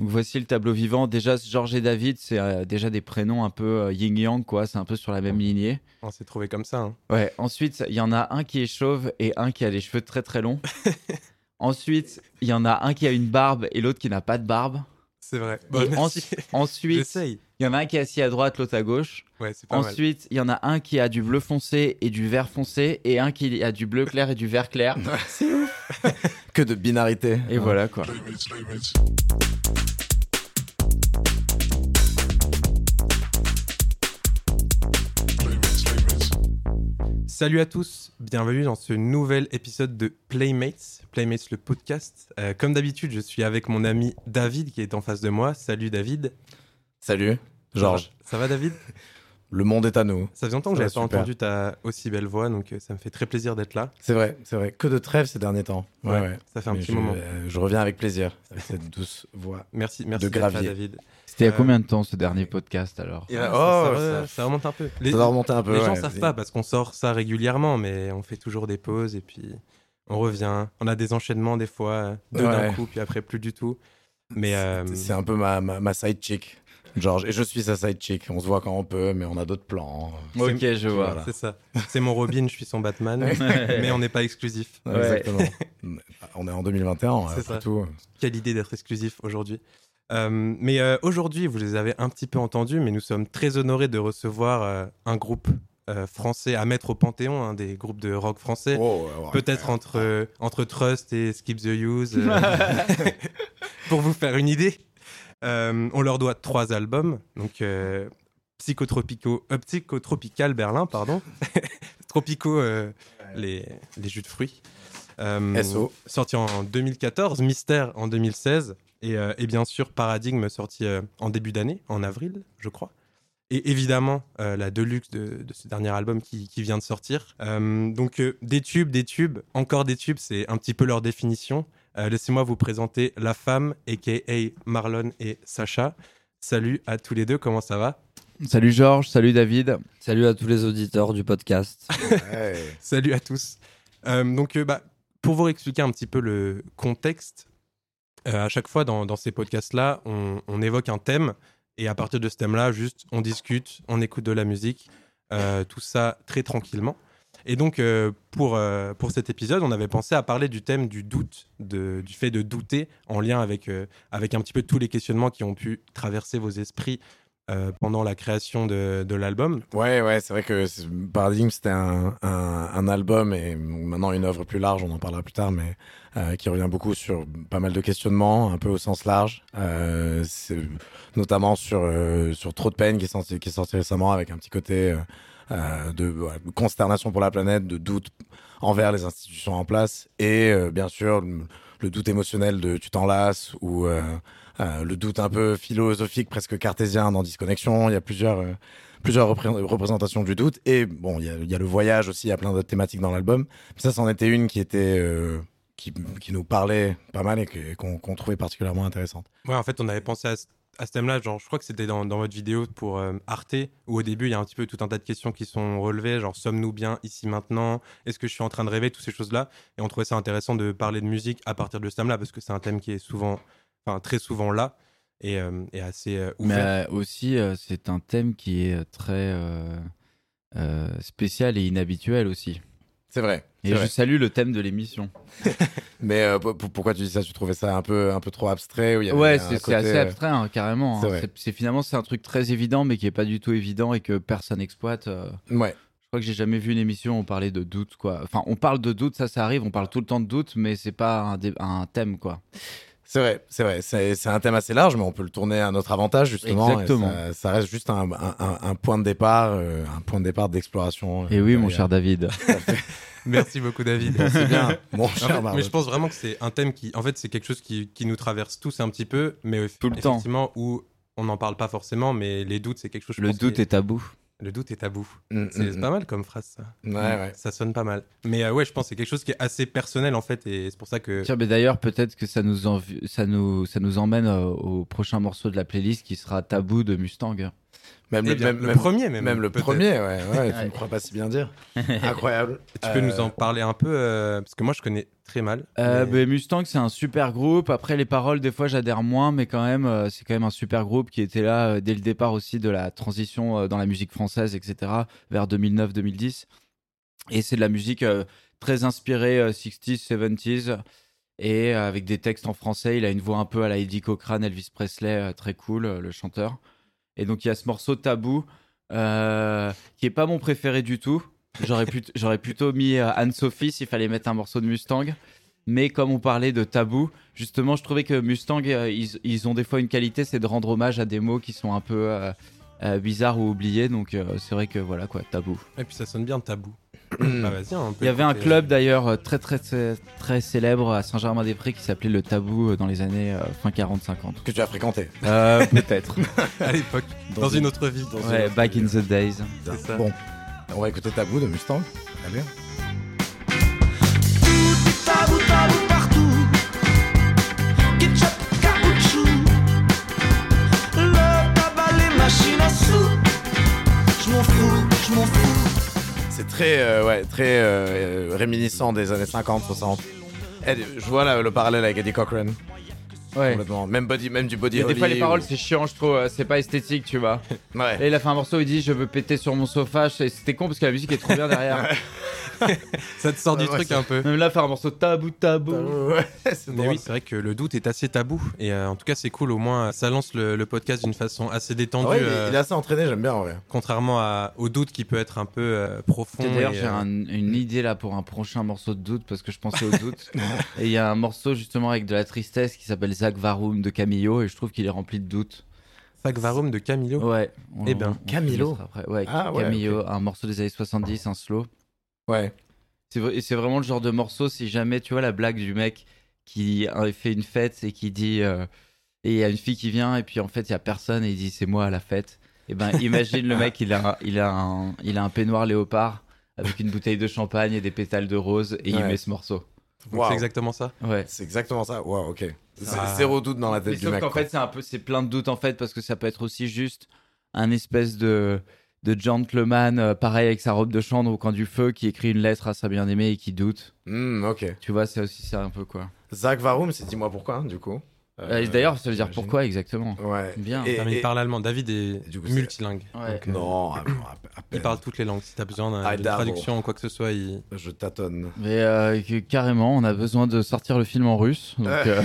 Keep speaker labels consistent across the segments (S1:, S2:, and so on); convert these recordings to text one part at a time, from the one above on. S1: Donc voici le tableau vivant. Déjà, Georges et David, c'est euh, déjà des prénoms un peu euh, yin-yang, quoi. C'est un peu sur la même lignée.
S2: On s'est trouvé comme ça. hein.
S1: Ouais, ensuite, il y en a un qui est chauve et un qui a les cheveux très très longs. ensuite, il y en a un qui a une barbe et l'autre qui n'a pas de barbe.
S2: C'est vrai.
S1: Et
S2: Bon,
S1: en- ensuite,
S2: Bah, J'essaye.
S1: il y en a un qui est assis à droite, l'autre à gauche.
S2: Ouais, c'est pas mal.
S1: Ensuite, il y en a un qui a du bleu foncé et du vert foncé et un qui a du bleu clair et du vert clair.
S3: Que de binarité.
S1: Et voilà quoi.
S2: Euh. Salut à tous, bienvenue dans ce nouvel épisode de Playmates, Playmates le podcast. Euh, comme d'habitude, je suis avec mon ami David qui est en face de moi. Salut David.
S3: Salut, Georges.
S2: Ça va David
S3: Le monde est à nous.
S2: Ça faisait longtemps que
S3: Ça
S2: j'avais
S3: va,
S2: pas
S3: super.
S2: entendu ta aussi belle voix, donc euh, ça me fait très plaisir d'être là.
S3: C'est vrai, c'est vrai. Que de trêve ces derniers temps. Ouais, ouais.
S2: Ça fait un
S3: Mais
S2: petit
S3: je,
S2: moment.
S3: euh, je reviens avec plaisir, avec cette douce voix.
S2: Merci, merci d'être là,
S3: gravier.
S2: David.
S1: C'était à
S2: Euh,
S1: combien de temps ce dernier podcast alors
S3: Et,
S2: Ouais,
S3: euh,
S2: ça-
S3: oh,
S2: ça,
S3: ça,
S2: ça- ça remonte un peu. Les,
S3: ça doit remonter un peu.
S2: les gens
S3: ouais.
S2: savent pas parce qu'on sort ça régulièrement, mais on fait toujours des pauses et puis on revient. On a des enchaînements des fois, euh, deux d'un
S3: Ouais.
S2: coup, puis après plus du tout. Mais euh,
S3: C'est un peu ma, ma, ma side chick, Georges. Et je suis sa side chick. On se voit quand on peut, mais on a d'autres plans.
S1: Ok, je vois.
S3: Voilà.
S2: c'est ça. C'est mon Robin, je suis son Batman, mais on n'est pas exclusif.
S3: Ouais,
S1: Ouais.
S3: Exactement. on est en 2021,
S2: C'est
S3: après
S2: ça.
S3: tout.
S2: Quelle idée d'être exclusif aujourd'hui. Euh, mais euh, aujourd'hui, vous les avez un petit peu entendus, mais nous sommes très honorés de recevoir euh, un groupe euh, français à mettre au panthéon, un des groupes de rock français.
S3: Oh, ouais, ouais.
S2: Peut-être entre, euh, entre Trust et Skip the Use. euh, pour vous faire une idée, euh, on leur doit trois albums. Donc, euh, Psychotropico, euh, Psychotropical Berlin, pardon. Tropico, euh, les, les jus de fruits. Euh,
S3: SO.
S2: Sorti en 2014, Mystère en 2016. Et, euh, et bien sûr, Paradigme sorti euh, en début d'année, en avril, je crois. Et évidemment, euh, la Deluxe de, de ce dernier album qui, qui vient de sortir. Euh, donc, euh, des tubes, des tubes, encore des tubes, c'est un petit peu leur définition. Euh, Laissez-moi vous présenter La Femme, a.k.a. Marlon et Sacha. Salut à tous les deux, comment ça va
S1: Salut Georges, salut David.
S4: Salut à tous les auditeurs du podcast.
S3: Ouais.
S2: Salut à tous. Euh, donc, euh, bah, pour vous expliquer un petit peu le contexte, euh, à chaque fois dans, dans ces podcasts-là, on, on évoque un thème et à partir de ce thème-là, juste on discute, on écoute de la musique, euh, tout ça très tranquillement. Et donc, euh, pour, euh, pour cet épisode, on avait pensé à parler du thème du doute, de- du fait de douter, en lien avec, euh, avec un petit peu tous les questionnements qui ont pu traverser vos esprits euh, pendant la création de, de l'album.
S3: Ouais, ouais, c'est vrai que c'est- Paradigme, c'était un, un- un album et maintenant une œuvre plus large, on en parlera plus tard, mais euh, qui revient beaucoup sur pas mal de questionnements, un peu au sens large, euh, c'est- notamment sur, euh, sur Trop de peine qui est, sorti, qui est sorti récemment avec un petit côté euh, euh, de voilà, consternation pour la planète, de doute envers les institutions en place et euh, bien sûr le le doute émotionnel de tu t'enlaces ou euh, euh, le doute un peu philosophique, presque cartésien dans Disconnexion. Il y a plusieurs. euh, plusieurs repré- représentations du doute. Et bon, il y a- il y, a le voyage aussi, il y a plein d'autres thématiques dans l'album. Mais ça, c'en était une qui était. euh, qui, qui nous parlait pas mal et que- qu'on qu'on trouvait particulièrement intéressante.
S2: Ouais, en fait, on avait pensé à ce, à ce thème-là. Genre, je crois que c'était dans, dans votre vidéo pour euh, Arte, où au début, il y a un petit peu tout un tas de questions qui sont relevées, genre sommes-nous bien ici maintenant Est-ce que je suis en train de rêver Toutes ces choses-là. Et on trouvait ça intéressant de parler de musique à partir de ce thème-là, parce que c'est un thème qui est souvent, enfin, très souvent là et, euh, et assez euh,
S1: Mais
S2: ouvert.
S1: euh, aussi, euh, c'est un thème qui est euh, très euh, euh, spécial et inhabituel aussi.
S3: C'est vrai.
S1: Et je salue le thème de l'émission.
S3: Mais euh, pour- pour- pourquoi tu dis ça Tu trouvais ça un peu, un peu trop abstrait ou il y avait
S1: Ouais,
S3: un
S1: c'est c'est
S3: côté,
S1: assez
S3: euh,
S1: abstrait, hein, carrément.
S3: c'est
S1: hein.
S3: vrai.
S1: C'est- C'est finalement c'est un truc très évident, mais qui est pas du tout évident et que personne n'exploite. euh.
S3: Ouais,
S1: Je crois que j'ai jamais vu une émission où on parlait de doute, quoi. Enfin, on parle de doute, ça, ça arrive. On parle tout le temps de doute, mais c'est pas un, dé- un thème, quoi.
S3: c'est vrai, c'est vrai. C'est c'est un thème assez large, mais on peut le tourner à notre avantage justement. et
S1: Exactement.
S3: ça, ça reste juste un, un- un- un point de départ, euh, un point de départ d'exploration. euh,
S1: Et oui, mon
S3: derrière.
S1: cher David.
S2: Merci beaucoup, David.
S3: C'est bien, mon
S2: En
S3: cher.
S2: fait,
S3: Marlon.
S2: mais je pense vraiment que c'est un thème qui, en fait, c'est quelque chose qui, qui nous traverse tous un petit peu, mais eff-
S1: Tout le temps.
S2: effectivement, où on n'en parle pas forcément, mais les doutes, c'est quelque chose. je
S1: Le
S2: pense,
S1: doute
S2: qui-
S1: est Mm-hmm. tabou.
S2: le doute est tabou.
S3: Mm,
S2: C'est
S3: mm,
S2: pas mal comme phrase, ça.
S3: mm. Ouais, ouais.
S2: Ça sonne pas mal. Mais euh, ouais, je pense que c'est quelque chose qui est assez personnel en fait, et c'est pour ça que.
S1: Tiens, mais d'ailleurs, peut-être que ça nous, envi- ça nous, ça nous emmène euh, au prochain morceau de la playlist qui sera Tabou de Mustang.
S3: Même,
S2: Eh
S3: le,
S2: bien,
S3: même,
S2: le
S3: même-
S2: premier, même.
S3: même le
S2: peut-être.
S3: premier, ouais. ouais, tu
S1: Ouais.
S3: ne crois pas si bien dire. Incroyable.
S2: Tu peux nous
S3: Euh,
S2: en parler un peu euh, Parce que moi, je connais très mal.
S1: Euh,
S2: mais-
S1: ben, Mustang, c'est un super groupe. Après, les paroles, des fois, j'adhère moins, mais quand même, euh, c'est quand même un super groupe qui était là euh, dès le départ aussi de la transition euh, dans la musique française, etc., vers 2009-2010. Et c'est de la musique euh, très inspirée euh, 60s, 70s, et euh, avec des textes en français. Il a une voix un peu à la Eddie Cochrane, Elvis Presley, euh, très cool, euh, le chanteur. Et donc, il y a ce morceau Tabou, euh, qui est pas mon préféré du tout. J'aurais plut- j'aurais plutôt mis euh, Anne-Sophie s'il fallait mettre un morceau de Mustang. Mais comme on parlait de tabou, justement, je trouvais que Mustang, euh, ils, ils ont des fois une qualité, c'est de rendre hommage à des mots qui sont un peu euh, euh, bizarres ou oubliés. Donc euh, c'est vrai que voilà quoi, tabou.
S2: Et puis ça sonne bien tabou. bah vas-y, on peut
S1: Il y avait un
S2: écouter.
S1: club d'ailleurs euh, très très très, très célèbre à Saint-Germain-des-Prés qui s'appelait le Tabou euh, dans les années euh, fin 40-50.
S3: Que tu as fréquenté.
S1: Euh, Peut-être.
S2: à l'époque, dans,
S3: Dans
S2: une autre vie.
S1: Ouais, back in the days.
S2: C'est ça.
S3: Bon, on va écouter Tabou de Mustang. Allez.
S5: Tout est tabou, tabou partout. Ketchup, caoutchouc. Le tabac, les machines à sous. Je m'en fous, je m'en fous.
S3: C'est très, euh, ouais, très euh, euh, réminiscent des années 50, 60. Eh, je vois là, le parallèle avec Eddie Cochran.
S1: Ouais.
S3: Complètement. Même, body, même du body
S1: Et des fois,
S3: holly
S1: les paroles,
S3: ou-
S1: c'est chiant, je trouve. euh, C'est pas esthétique, tu vois.
S3: Ouais.
S1: Là, il a fait un morceau, il dit Je veux péter sur mon sofa. Je- C'était con parce que la musique est trop bien derrière.
S2: Ça te sort du
S3: Ouais,
S2: truc
S3: c'est-
S2: un peu.
S1: Même là, faire un morceau tabou, tabou.
S3: Ouais, c'est
S2: Mais
S3: drôle.
S2: oui, c'est vrai que le doute est assez tabou. Et euh, en tout cas, c'est cool. Au moins, ça lance le, le podcast d'une façon assez
S3: Ah
S2: détendue,
S3: ouais, il, est,
S2: euh,
S3: il est assez entraîné, j'aime bien en vrai.
S2: contrairement à- au doute qui peut être un peu euh, profond.
S1: Et D'ailleurs,
S2: et,
S1: j'ai
S2: euh,
S1: un- une idée là pour un prochain morceau de doute parce que je pensais au doute. et il y a un morceau justement avec de la tristesse qui s'appelle Zach Varum de Camillo et je trouve qu'il est rempli de doute.
S2: Sac Varum de Camilo.
S1: Ouais. on-
S2: Eh ben,
S1: on- on
S3: Camillo.
S1: finira Après. Ouais,
S3: Ah ouais,
S1: Camillo, un morceau des années 70, un slow.
S3: Ouais.
S1: C'est vrai- et c'est vraiment le genre de morceau, si jamais tu vois la blague du mec qui euh, fait une fête et qui dit. euh, et il y a une fille qui vient et puis en fait il y a personne et il dit c'est moi à la fête. Et ben imagine le mec, il a, un- il, a un, il a un peignoir léopard avec une bouteille de champagne et des pétales de rose et il
S3: Ouais.
S1: met ce morceau.
S2: Donc,
S3: Wow.
S2: C'est exactement ça.
S1: Ouais.
S3: C'est exactement ça. Waouh, ok. C'est
S2: Ah.
S3: zéro doute dans la
S1: Mais
S3: tête du
S1: sauf
S3: mec.
S1: qu'en
S3: quoi.
S1: fait c'est un peu c'est plein de doutes en fait parce que ça peut être aussi juste un espèce de de gentleman euh, pareil avec sa robe de chambre au coin du feu qui écrit une lettre à sa bien-aimée et qui doute.
S3: Hmm, ok.
S1: Tu vois, c'est aussi ça un peu quoi.
S3: Zach Varum, c'est dis-moi pourquoi, hein, du coup.
S1: Euh, et
S3: Euh,
S1: D'ailleurs, ça veut dire
S3: j'imagine.
S1: pourquoi exactement
S3: Ouais.
S1: Bien.
S3: Et-
S2: Non, mais
S3: et-
S2: il parle allemand. David est
S3: Du coup, c'est- Euh,
S2: multilingue.
S1: Ouais.
S2: Donc, euh,
S3: Non, à- à- à
S2: il
S3: peine.
S2: parle toutes les langues. Si t'as besoin d'un- d'une
S3: Idaho.
S2: traduction ou quoi que ce soit, il...
S3: Je tâtonne.
S1: Mais euh, que- carrément, on a besoin de sortir le film en russe. Donc, euh,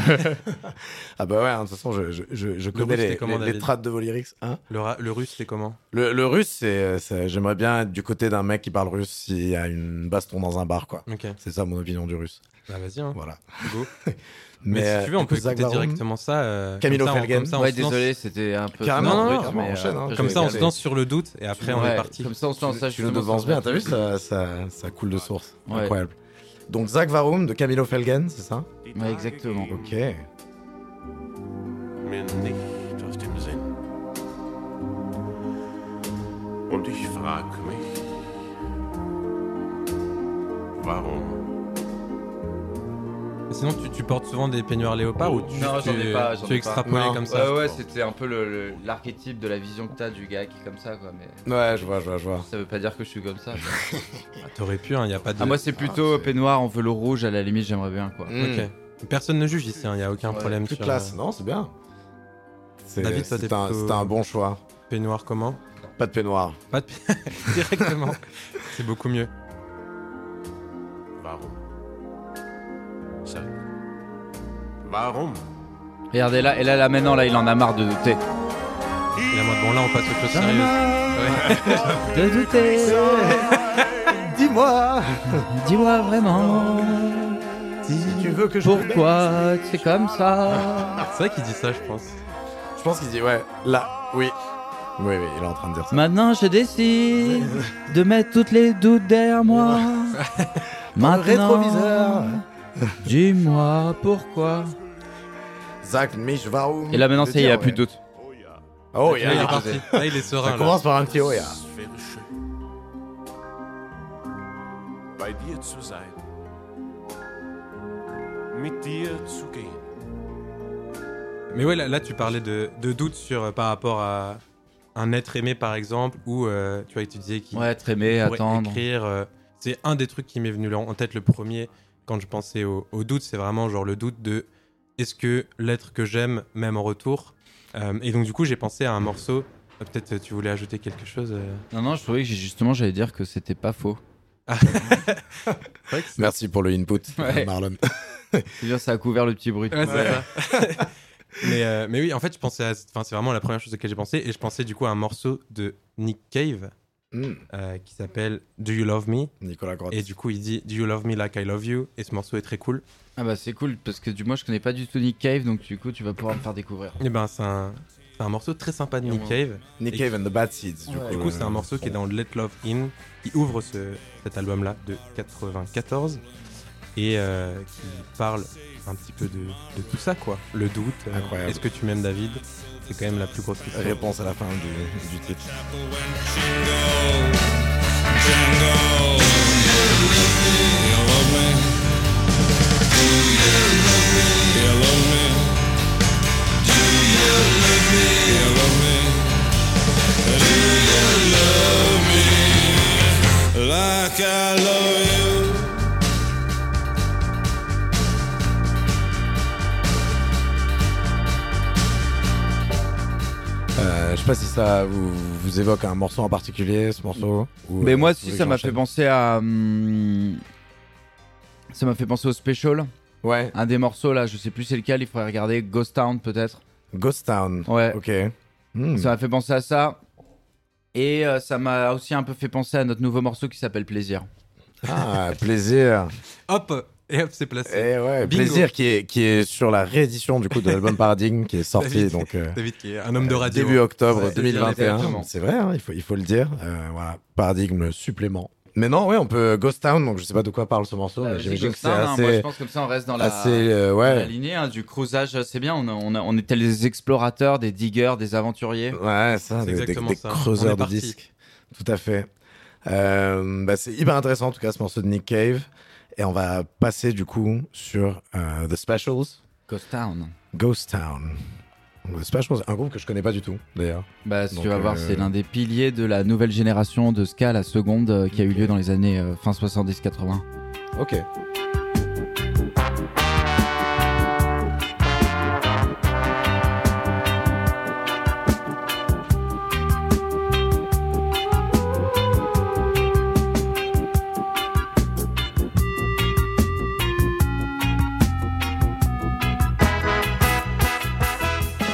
S3: Ah bah ouais, hein, de toute façon, je, je, je, je connais
S2: russe,
S3: les,
S2: t'es comment,
S3: les- les
S2: David
S3: trattes de vos lyrics. Hein
S2: le, ra- le russe, c'est comment
S3: le, le russe, c'est, c'est- j'aimerais bien être du côté d'un mec qui parle russe s'il y a une baston dans un bar, quoi.
S2: Ok.
S3: C'est ça mon opinion du russe.
S2: Bah, vas-y, hein.
S3: Voilà.
S2: go. Mais,
S3: Mais,
S2: si
S3: euh,
S2: tu veux, on
S3: du
S2: peut
S3: coup, Zach
S2: écouter
S3: Baron-
S2: directement ça. euh,
S3: Camilo
S2: comme ça, on-
S3: Felgen.
S2: comme ça, on
S1: ouais,
S2: se lance-
S1: désolé, c'était un peu.
S3: Carrément,
S1: trop
S3: non,
S1: brut,
S3: carrément,
S1: mais, euh,
S3: on enchaîne, hein.
S1: je
S2: Comme
S1: vais
S2: ça, on
S1: garder.
S2: se lance sur le doute et après, on
S1: Ouais,
S2: est parti.
S1: Comme ça, on se lance. ça,
S3: Tu nous
S1: justement,
S3: devances
S1: ça-
S3: bien, t'as vu, ça, ça, ça coule de source.
S1: Ouais.
S3: Incroyable. Donc Zach Varum de Camilo Felgen, c'est ça
S1: Ouais, exactement.
S3: Ok.
S6: mir nicht aus dem Sinn. Und ich frag mich, warum?
S2: Sinon, tu, tu portes souvent des peignoirs léopards ou tu,
S1: Non, j'en ai
S2: tu-
S1: pas, j'en ai
S2: tu
S1: pas.
S2: extrapoles
S3: Non.
S2: comme ça
S1: Ouais, ouais, c'était un peu le- le- l'archétype de la vision que t'as du gars qui est comme ça, quoi. Mais
S3: Ouais, je vois, je vois, je vois.
S1: ça veut pas dire que je suis comme ça. quoi.
S2: Ah, T'aurais pu, il n'y a pas de.
S1: Ah, moi, c'est plutôt
S3: c'est-
S1: peignoir en velours rouge, à la limite, j'aimerais bien, quoi.
S3: Hmm.
S2: Ok. Personne ne juge ici, il n'y a aucun
S1: Ouais,
S2: problème.
S3: Plus
S2: sur, euh,
S3: classe, non, c'est bien. C'est,
S2: David, toi,
S3: c'est
S2: t'es
S3: un,
S2: plutôt-
S3: c'est un bon choix.
S2: euh, peignoir comment
S3: Pas de peignoir.
S2: Pas de pe- Directement. c'est beaucoup mieux.
S6: Warum? Sag. Warum?
S1: Regardez là, et là, là, maintenant, là, il en a marre de douter.
S2: Et à moi- bon, là, on passe aux choses sérieuses.
S1: De douter,
S3: Dis-moi
S1: dis-moi vraiment
S3: si tu veux que je.
S1: pourquoi c'est comme ça.
S2: C'est vrai qu'il dit ça, je pense.
S3: Je pense qu'il dit, ouais, là, oui. Oui, oui, il est en train de dire ça.
S1: Maintenant, je décide de mettre toutes les doutes derrière moi. Maintenant,
S3: rétroviseur.
S1: Dis-moi pourquoi.
S3: Zach Mishvarum.
S1: Et là, maintenant, c'est il
S3: y
S1: a plus de doute.
S6: Oh ja,
S3: Oh,
S2: là, il est
S3: yeah.
S2: parti. Là, il est serein.
S3: Ça
S2: là.
S3: commence par un petit oh, yeah.
S6: das wäre schön, bei dir zu sein, mit dir zu gehen.
S2: Mais ouais, là, là, tu parlais de, de doute sur, euh, par rapport à un être aimé par exemple ou euh, tu vois tu disais qui
S1: Ouais, être aimé,
S2: pourrait
S1: attendre.
S2: écrire euh, c'est un des trucs qui m'est venu là en tête le premier quand je pensais au, au doute c'est vraiment genre le doute de est-ce que l'être que j'aime m'aime en retour Euh, et donc du coup j'ai pensé à un morceau Ah, peut-être euh, tu voulais ajouter quelque chose euh
S1: Non, non, je trouvais que j'ai- justement, j'allais dire que c'était pas faux.
S3: Merci pour le input,
S1: Ouais.
S3: euh, Marlon.
S1: C'est bien, ça a couvert le petit bruit.
S2: mais, euh, mais oui, en fait, je pensais à. Enfin, c'est vraiment la première chose auquel j'ai pensé. Et je pensais du coup à un morceau de Nick Cave
S3: Mm.
S2: euh, qui s'appelle Do You Love Me
S3: Nicolas Grotte.
S2: Et du coup, il dit Do You Love Me Like I Love You Et ce morceau est très cool.
S1: Ah bah c'est cool parce que du moi je connais pas du tout Nick Cave donc du coup tu vas pouvoir me faire découvrir.
S2: Et ben, c'est un, c'est un morceau très sympa de Nick Cave.
S3: Nick
S2: et-
S3: Cave and the Bad Seeds. euh,
S1: Ouais.
S2: Du coup, c'est un morceau qui est dans Let Love In qui ouvre ce, cet album-là de 94 et euh, qui parle un petit peu de, de tout ça, quoi. Le doute. euh,
S3: Incroyable.
S2: Est-ce que tu m'aimes, David C'est quand même la plus grosse question.
S3: Réponse à la fin du, du titre.
S7: Like I love you.
S3: Euh, je sais pas si ça vous, vous évoque un morceau en particulier, ce morceau. ou,
S1: Mais
S3: euh,
S1: moi
S3: vous
S1: si
S3: voulez que
S1: ça m'a
S3: j'enchaîne
S1: fait penser à hum, ça m'a fait penser au special,
S3: Ouais.
S1: un des morceaux là, je sais plus c'est lequel, il faudrait regarder Ghost Town peut-être.
S3: Ghost Town.
S1: Ouais.
S3: Ok. Mm.
S1: Ça m'a fait penser à ça et euh, ça m'a aussi un peu fait penser à notre nouveau morceau qui s'appelle Plaisir.
S3: Ah, plaisir.
S2: Hop Et hop, c'est placé.
S3: Et Eh ouais,
S2: Bingo.
S3: plaisir qui est, qui est sur la réédition du coup de l'album Paradigme qui est sorti
S2: David.
S3: donc euh,
S2: David qui est un homme de radio.
S3: début octobre
S2: Ouais, exactement.
S3: 2021. C'est vrai, hein, il, faut, il faut le dire. Euh, voilà, Paradigme supplément. Mais non, ouais, on peut Ghost Town, donc je sais pas de quoi parle ce morceau,
S2: Ah,
S1: Ah,
S3: mais j'imagine que c'est
S2: hein,
S1: hein, moi, je
S3: assez.
S1: pense comme ça on reste dans la
S3: assez euh,
S1: dans la
S3: ouais.
S1: lignée hein, du creusage, c'est bien, on, a- on, a- on était les explorateurs, des diggers, des aventuriers.
S3: Ouais, ça,
S2: C'est
S3: des, des-
S2: exactement
S3: des
S2: ça. On est
S3: creuseurs de
S2: parti.
S3: disques. Tout à fait. Euh, bah, c'est hyper intéressant, en tout cas, ce morceau de Nick Cave. Et on va passer, du coup, sur euh, The Specials,
S1: Ghost Town.
S3: Ghost Town. The Specials, un groupe que je connais pas du tout, d'ailleurs.
S1: Bah, si
S3: Donc,
S1: tu vas voir,
S3: euh,
S1: c'est l'un des piliers de la nouvelle génération de ska, la seconde, euh, qui a eu lieu dans les années euh, fin 70-80.
S3: Ok.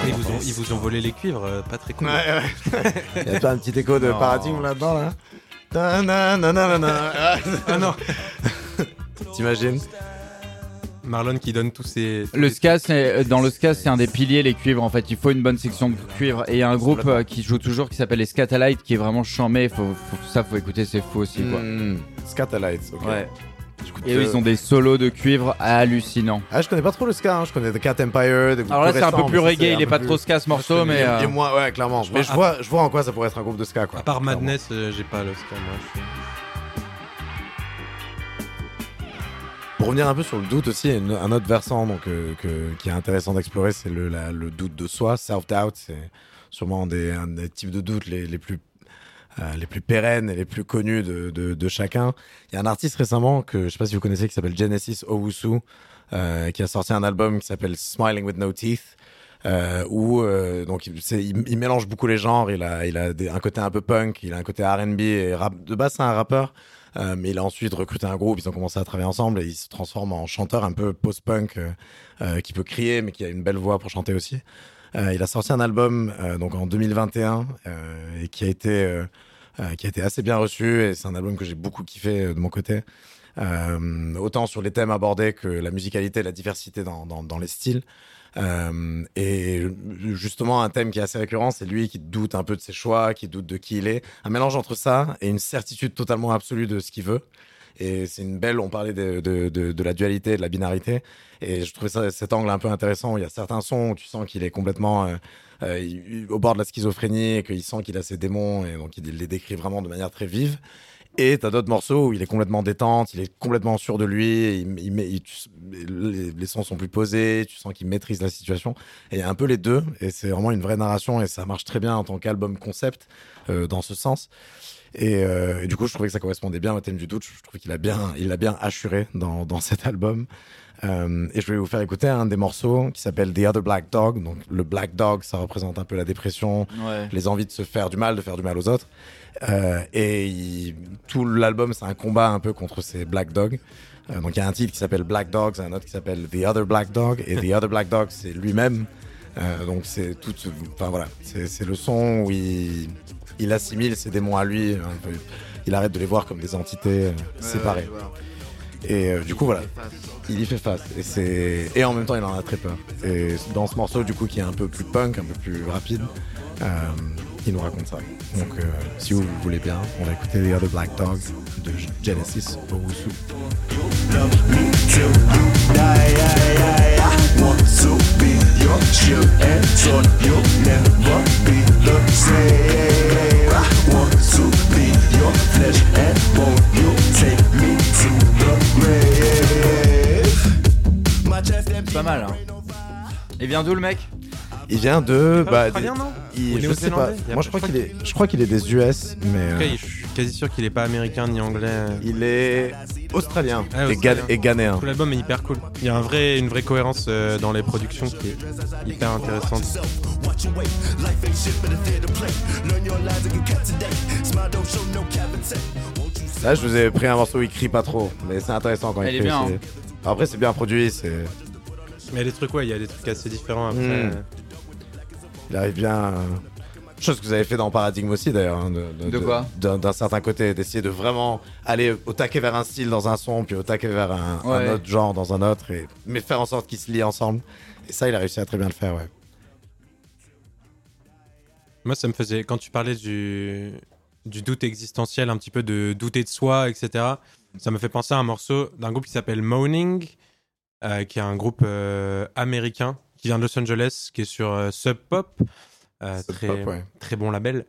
S2: Ils vous, ont, ils vous ont volé les cuivres, euh, pas très cool.
S3: Il y a pas un petit écho de
S1: Non.
S3: paradigme là-dedans, là Ta na na na na na. Ah non T'imagines
S2: Marlon qui donne tous ses.
S1: Le ska, c'est, euh, dans le ska, c'est un des piliers, les cuivres. En fait, il faut une bonne section de cuivre. Et il y a un groupe euh, qui joue toujours qui s'appelle les Scatalites, qui est vraiment chambé. Faut, faut- ça, faut écouter, c'est fou aussi, quoi.
S3: Hmm, Scatalites, ok. J'écoute,
S1: Et eux,
S3: Mm. euh,
S1: ils ont des solos de cuivre hallucinants.
S3: Ah, je connais pas trop le ska, hein. je connais The Cat Empire, des groupes
S1: Alors là,
S3: plus
S1: c'est un peu
S3: récents,
S1: plus
S3: mais ça, c'est
S1: reggae,
S3: un
S1: il est
S3: peu
S1: pas
S3: plus-
S1: trop ska ce morceau, mais.
S3: Et- Et
S1: euh,
S3: moi, ouais, clairement.
S2: je
S3: mais
S2: vois-
S3: je vois, je vois en quoi ça pourrait être un groupe de ska, quoi.
S2: À part
S3: Clairement.
S2: Madness, euh, j'ai pas le score, moi. je suis-
S3: Pour revenir un peu sur le doute aussi, il y a une- un autre versant donc, euh, que- qui est intéressant d'explorer, c'est le, la- le doute de soi, self-doubt. C'est sûrement un des, un des types de doutes les, les plus, euh, les plus pérennes et les plus connus de, de- de chacun. Il y a un artiste récemment que je ne sais pas si vous connaissez qui s'appelle Genesis Owusu, euh, qui a sorti un album qui s'appelle Smiling with No Teeth. euh, où euh, donc il, c'est- il- il mélange beaucoup les genres, il a, il a des- un côté un peu punk, il a un côté R&B et rap. De base c'est un rappeur, euh, mais il a ensuite recruté un groupe, ils ont commencé à travailler ensemble et il se transforme en chanteur un peu post-punk euh, euh, qui peut crier mais qui a une belle voix pour chanter aussi. Euh, il a sorti un album euh, donc en 2021 euh, et qui a été euh, euh, qui a été assez bien reçu et c'est un album que j'ai beaucoup kiffé euh, de mon côté. Euh, autant sur les thèmes abordés que la musicalité, la diversité dans, dans, dans les styles. Euh, et justement, un thème qui est assez récurrent, c'est lui qui doute un peu de ses choix, qui doute de qui il est. Un mélange entre ça et une certitude totalement absolue de ce qu'il veut. Et c'est une belle, on parlait de, de, de, de la dualité, de la binarité. Et je trouvais ça, cet angle un peu intéressant. où Il y a certains sons où tu sens qu'il est complètement euh, euh, il- au bord de la schizophrénie et qu'il sent qu'il a ses démons. Et donc il les décrit vraiment de manière très vive. Et t'as d'autres morceaux où il est complètement détente, il est complètement sûr de lui, il, il met- il- tu- les, les sons sont plus posés, tu sens qu'il maîtrise la situation. Et il y a un peu les deux, et c'est vraiment une vraie narration, et ça marche très bien en tant qu'album concept euh, dans ce sens. Et, euh, et du coup, je trouvais que ça correspondait bien au thème du doute. Je trouvais qu'il a bien, il a bien assuré dans, dans cet album. Euh, et je vais vous faire écouter un des morceaux qui s'appelle The Other Black Dog. Donc, le Black Dog, ça représente un peu la dépression,
S1: Ouais.
S3: les envies de se faire du mal, de faire du mal aux autres. Euh, et il- tout l'album, c'est un combat un peu contre ces Black Dogs. Euh, donc il y a un titre qui s'appelle Black Dogs, un autre qui s'appelle The Other Black Dog, et The Other Black Dog, c'est lui-même. Euh, donc c'est tout, enfin voilà, c'est c'est le son où il, il assimile ses démons à lui. un peu. Il arrête de les voir comme des entités euh, séparées. Et euh, du coup, voilà, il y fait face. Et, c'est- et en même temps, il en a très peur. Et dans ce morceau, du coup, qui est un peu plus punk, un peu plus rapide, euh, il nous raconte ça. Donc, euh, si vous le voulez bien, on va écouter The Other Black Dog de Genesis Owusu.
S1: C'est pas mal. Hein. Il vient d'où le mec
S3: Il vient de.
S2: Pas
S3: Bah,
S2: Ah, australien, non
S3: des-
S2: Ou
S3: il- je sais pas.
S2: néo-zélandais Il y a
S3: Moi,
S2: pas-
S3: je crois qu'il est, je crois qu'il est des US, mais
S2: En tout cas,
S3: euh,
S2: je suis quasi sûr qu'il est pas américain ni anglais.
S3: il est australien
S2: Ah,
S3: et, Ga-
S2: australien.
S3: et ghanéen.
S2: Tout l'album est hyper cool. Il y a un vrai, une vraie cohérence euh, dans les productions qui est hyper intéressante.
S3: Là, je vous ai pris un morceau où il crie pas trop, mais c'est intéressant quand
S1: Elle
S3: il
S1: est
S3: crie.
S1: bien, hein.
S3: c'est- Après, c'est bien produit, c'est.
S2: Mais il y a des trucs, ouais, il y a des trucs assez différents après.
S3: Mm.
S2: euh,
S3: Il arrive bien. euh, Chose que vous avez fait dans Paradigme aussi d'ailleurs. hein, de,
S1: De quoi
S3: D'un d'un certain côté, d'essayer de vraiment aller au taquet vers un style dans un son, puis au taquet vers un, un
S1: Ouais.
S3: autre genre dans un autre, et, mais faire en sorte qu'ils se lient ensemble. Et ça, il a réussi à très bien le faire, ouais.
S2: Moi, ça me faisait. Quand tu parlais du, du doute existentiel, un petit peu de douter de soi, etc., ça me fait penser à un morceau d'un groupe qui s'appelle Moaning, euh, qui est un groupe euh, américain qui vient de Los Angeles, qui est sur euh, Sub Pop.
S1: Ah,
S2: euh,
S3: Sub
S2: très,
S3: Pop, ouais.
S2: très bon label.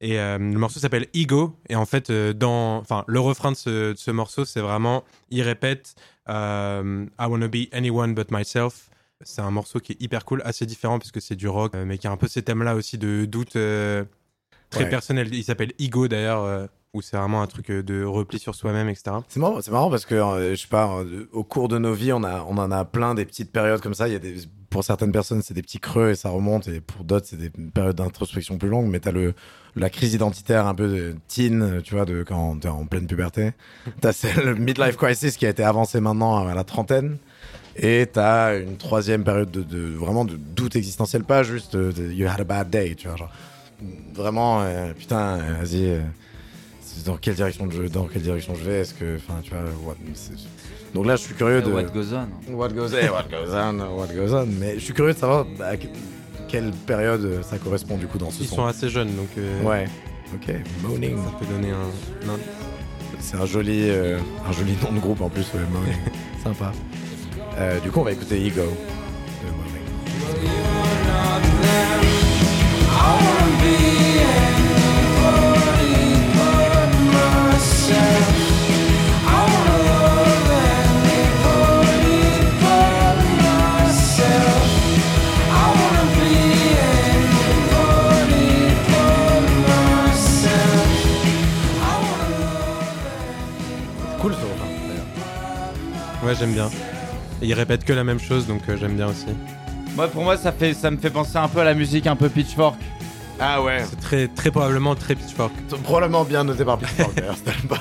S2: Et euh, le morceau s'appelle Ego. Et en fait, euh, dans, enfin, le refrain de ce, de ce morceau, c'est vraiment, il répète euh, I wanna be anyone but myself. C'est un morceau qui est hyper cool, assez différent parce que c'est du rock, euh, mais qui a un peu ces thèmes-là aussi de doute euh, très
S3: Ouais.
S2: personnel. Il s'appelle Ego d'ailleurs, euh, où c'est vraiment un truc euh, de repli sur soi-même, etc.
S3: C'est marrant, c'est marrant parce que, euh, je sais pas, euh, au cours de nos vies, on, a, on en a plein des petites périodes comme ça. Il y a des, pour certaines personnes, c'est des petits creux et ça remonte, et pour d'autres, c'est des périodes d'introspection plus longues. Mais t'as le, la crise identitaire un peu de teen, tu vois, de, quand t'es en pleine puberté. T'as celle, le midlife crisis qui a été avancée maintenant à la trentaine. Et t'as une troisième période de, de- vraiment de doute existentiel, pas juste euh, de you had a bad day, tu vois, genre vraiment euh, putain, euh, vas-y. euh, c'est dans quelle direction je dans quelle direction je vais Est-ce que, enfin, tu vois, what- c'est- donc là, je suis curieux de
S1: What goes on
S3: what goes on, what goes on, what goes on, mais je suis curieux de savoir à que- quelle période euh, ça correspond du coup dans ce
S2: Ils
S3: son.
S2: sont assez jeunes, donc euh,
S3: Ouais. Ok. Moaning.
S2: ça peut donner un- un,
S3: C'est un joli, euh, un joli nom de groupe en plus, ouais, Moaning. Sympa. Euh, du coup, on va écouter Ego. de Moaning. Cool ce refrain, d'ailleurs.
S2: Ouais, j'aime bien. Et ils répètent que la même chose, donc euh, j'aime bien aussi.
S1: Moi, pour moi, ça, fait, ça me fait penser un peu à la musique un peu pitchfork.
S3: Ah ouais.
S2: C'est très, très probablement très pitchfork.
S3: C'est Probablement bien noté par Pitchfork d'ailleurs, cet album.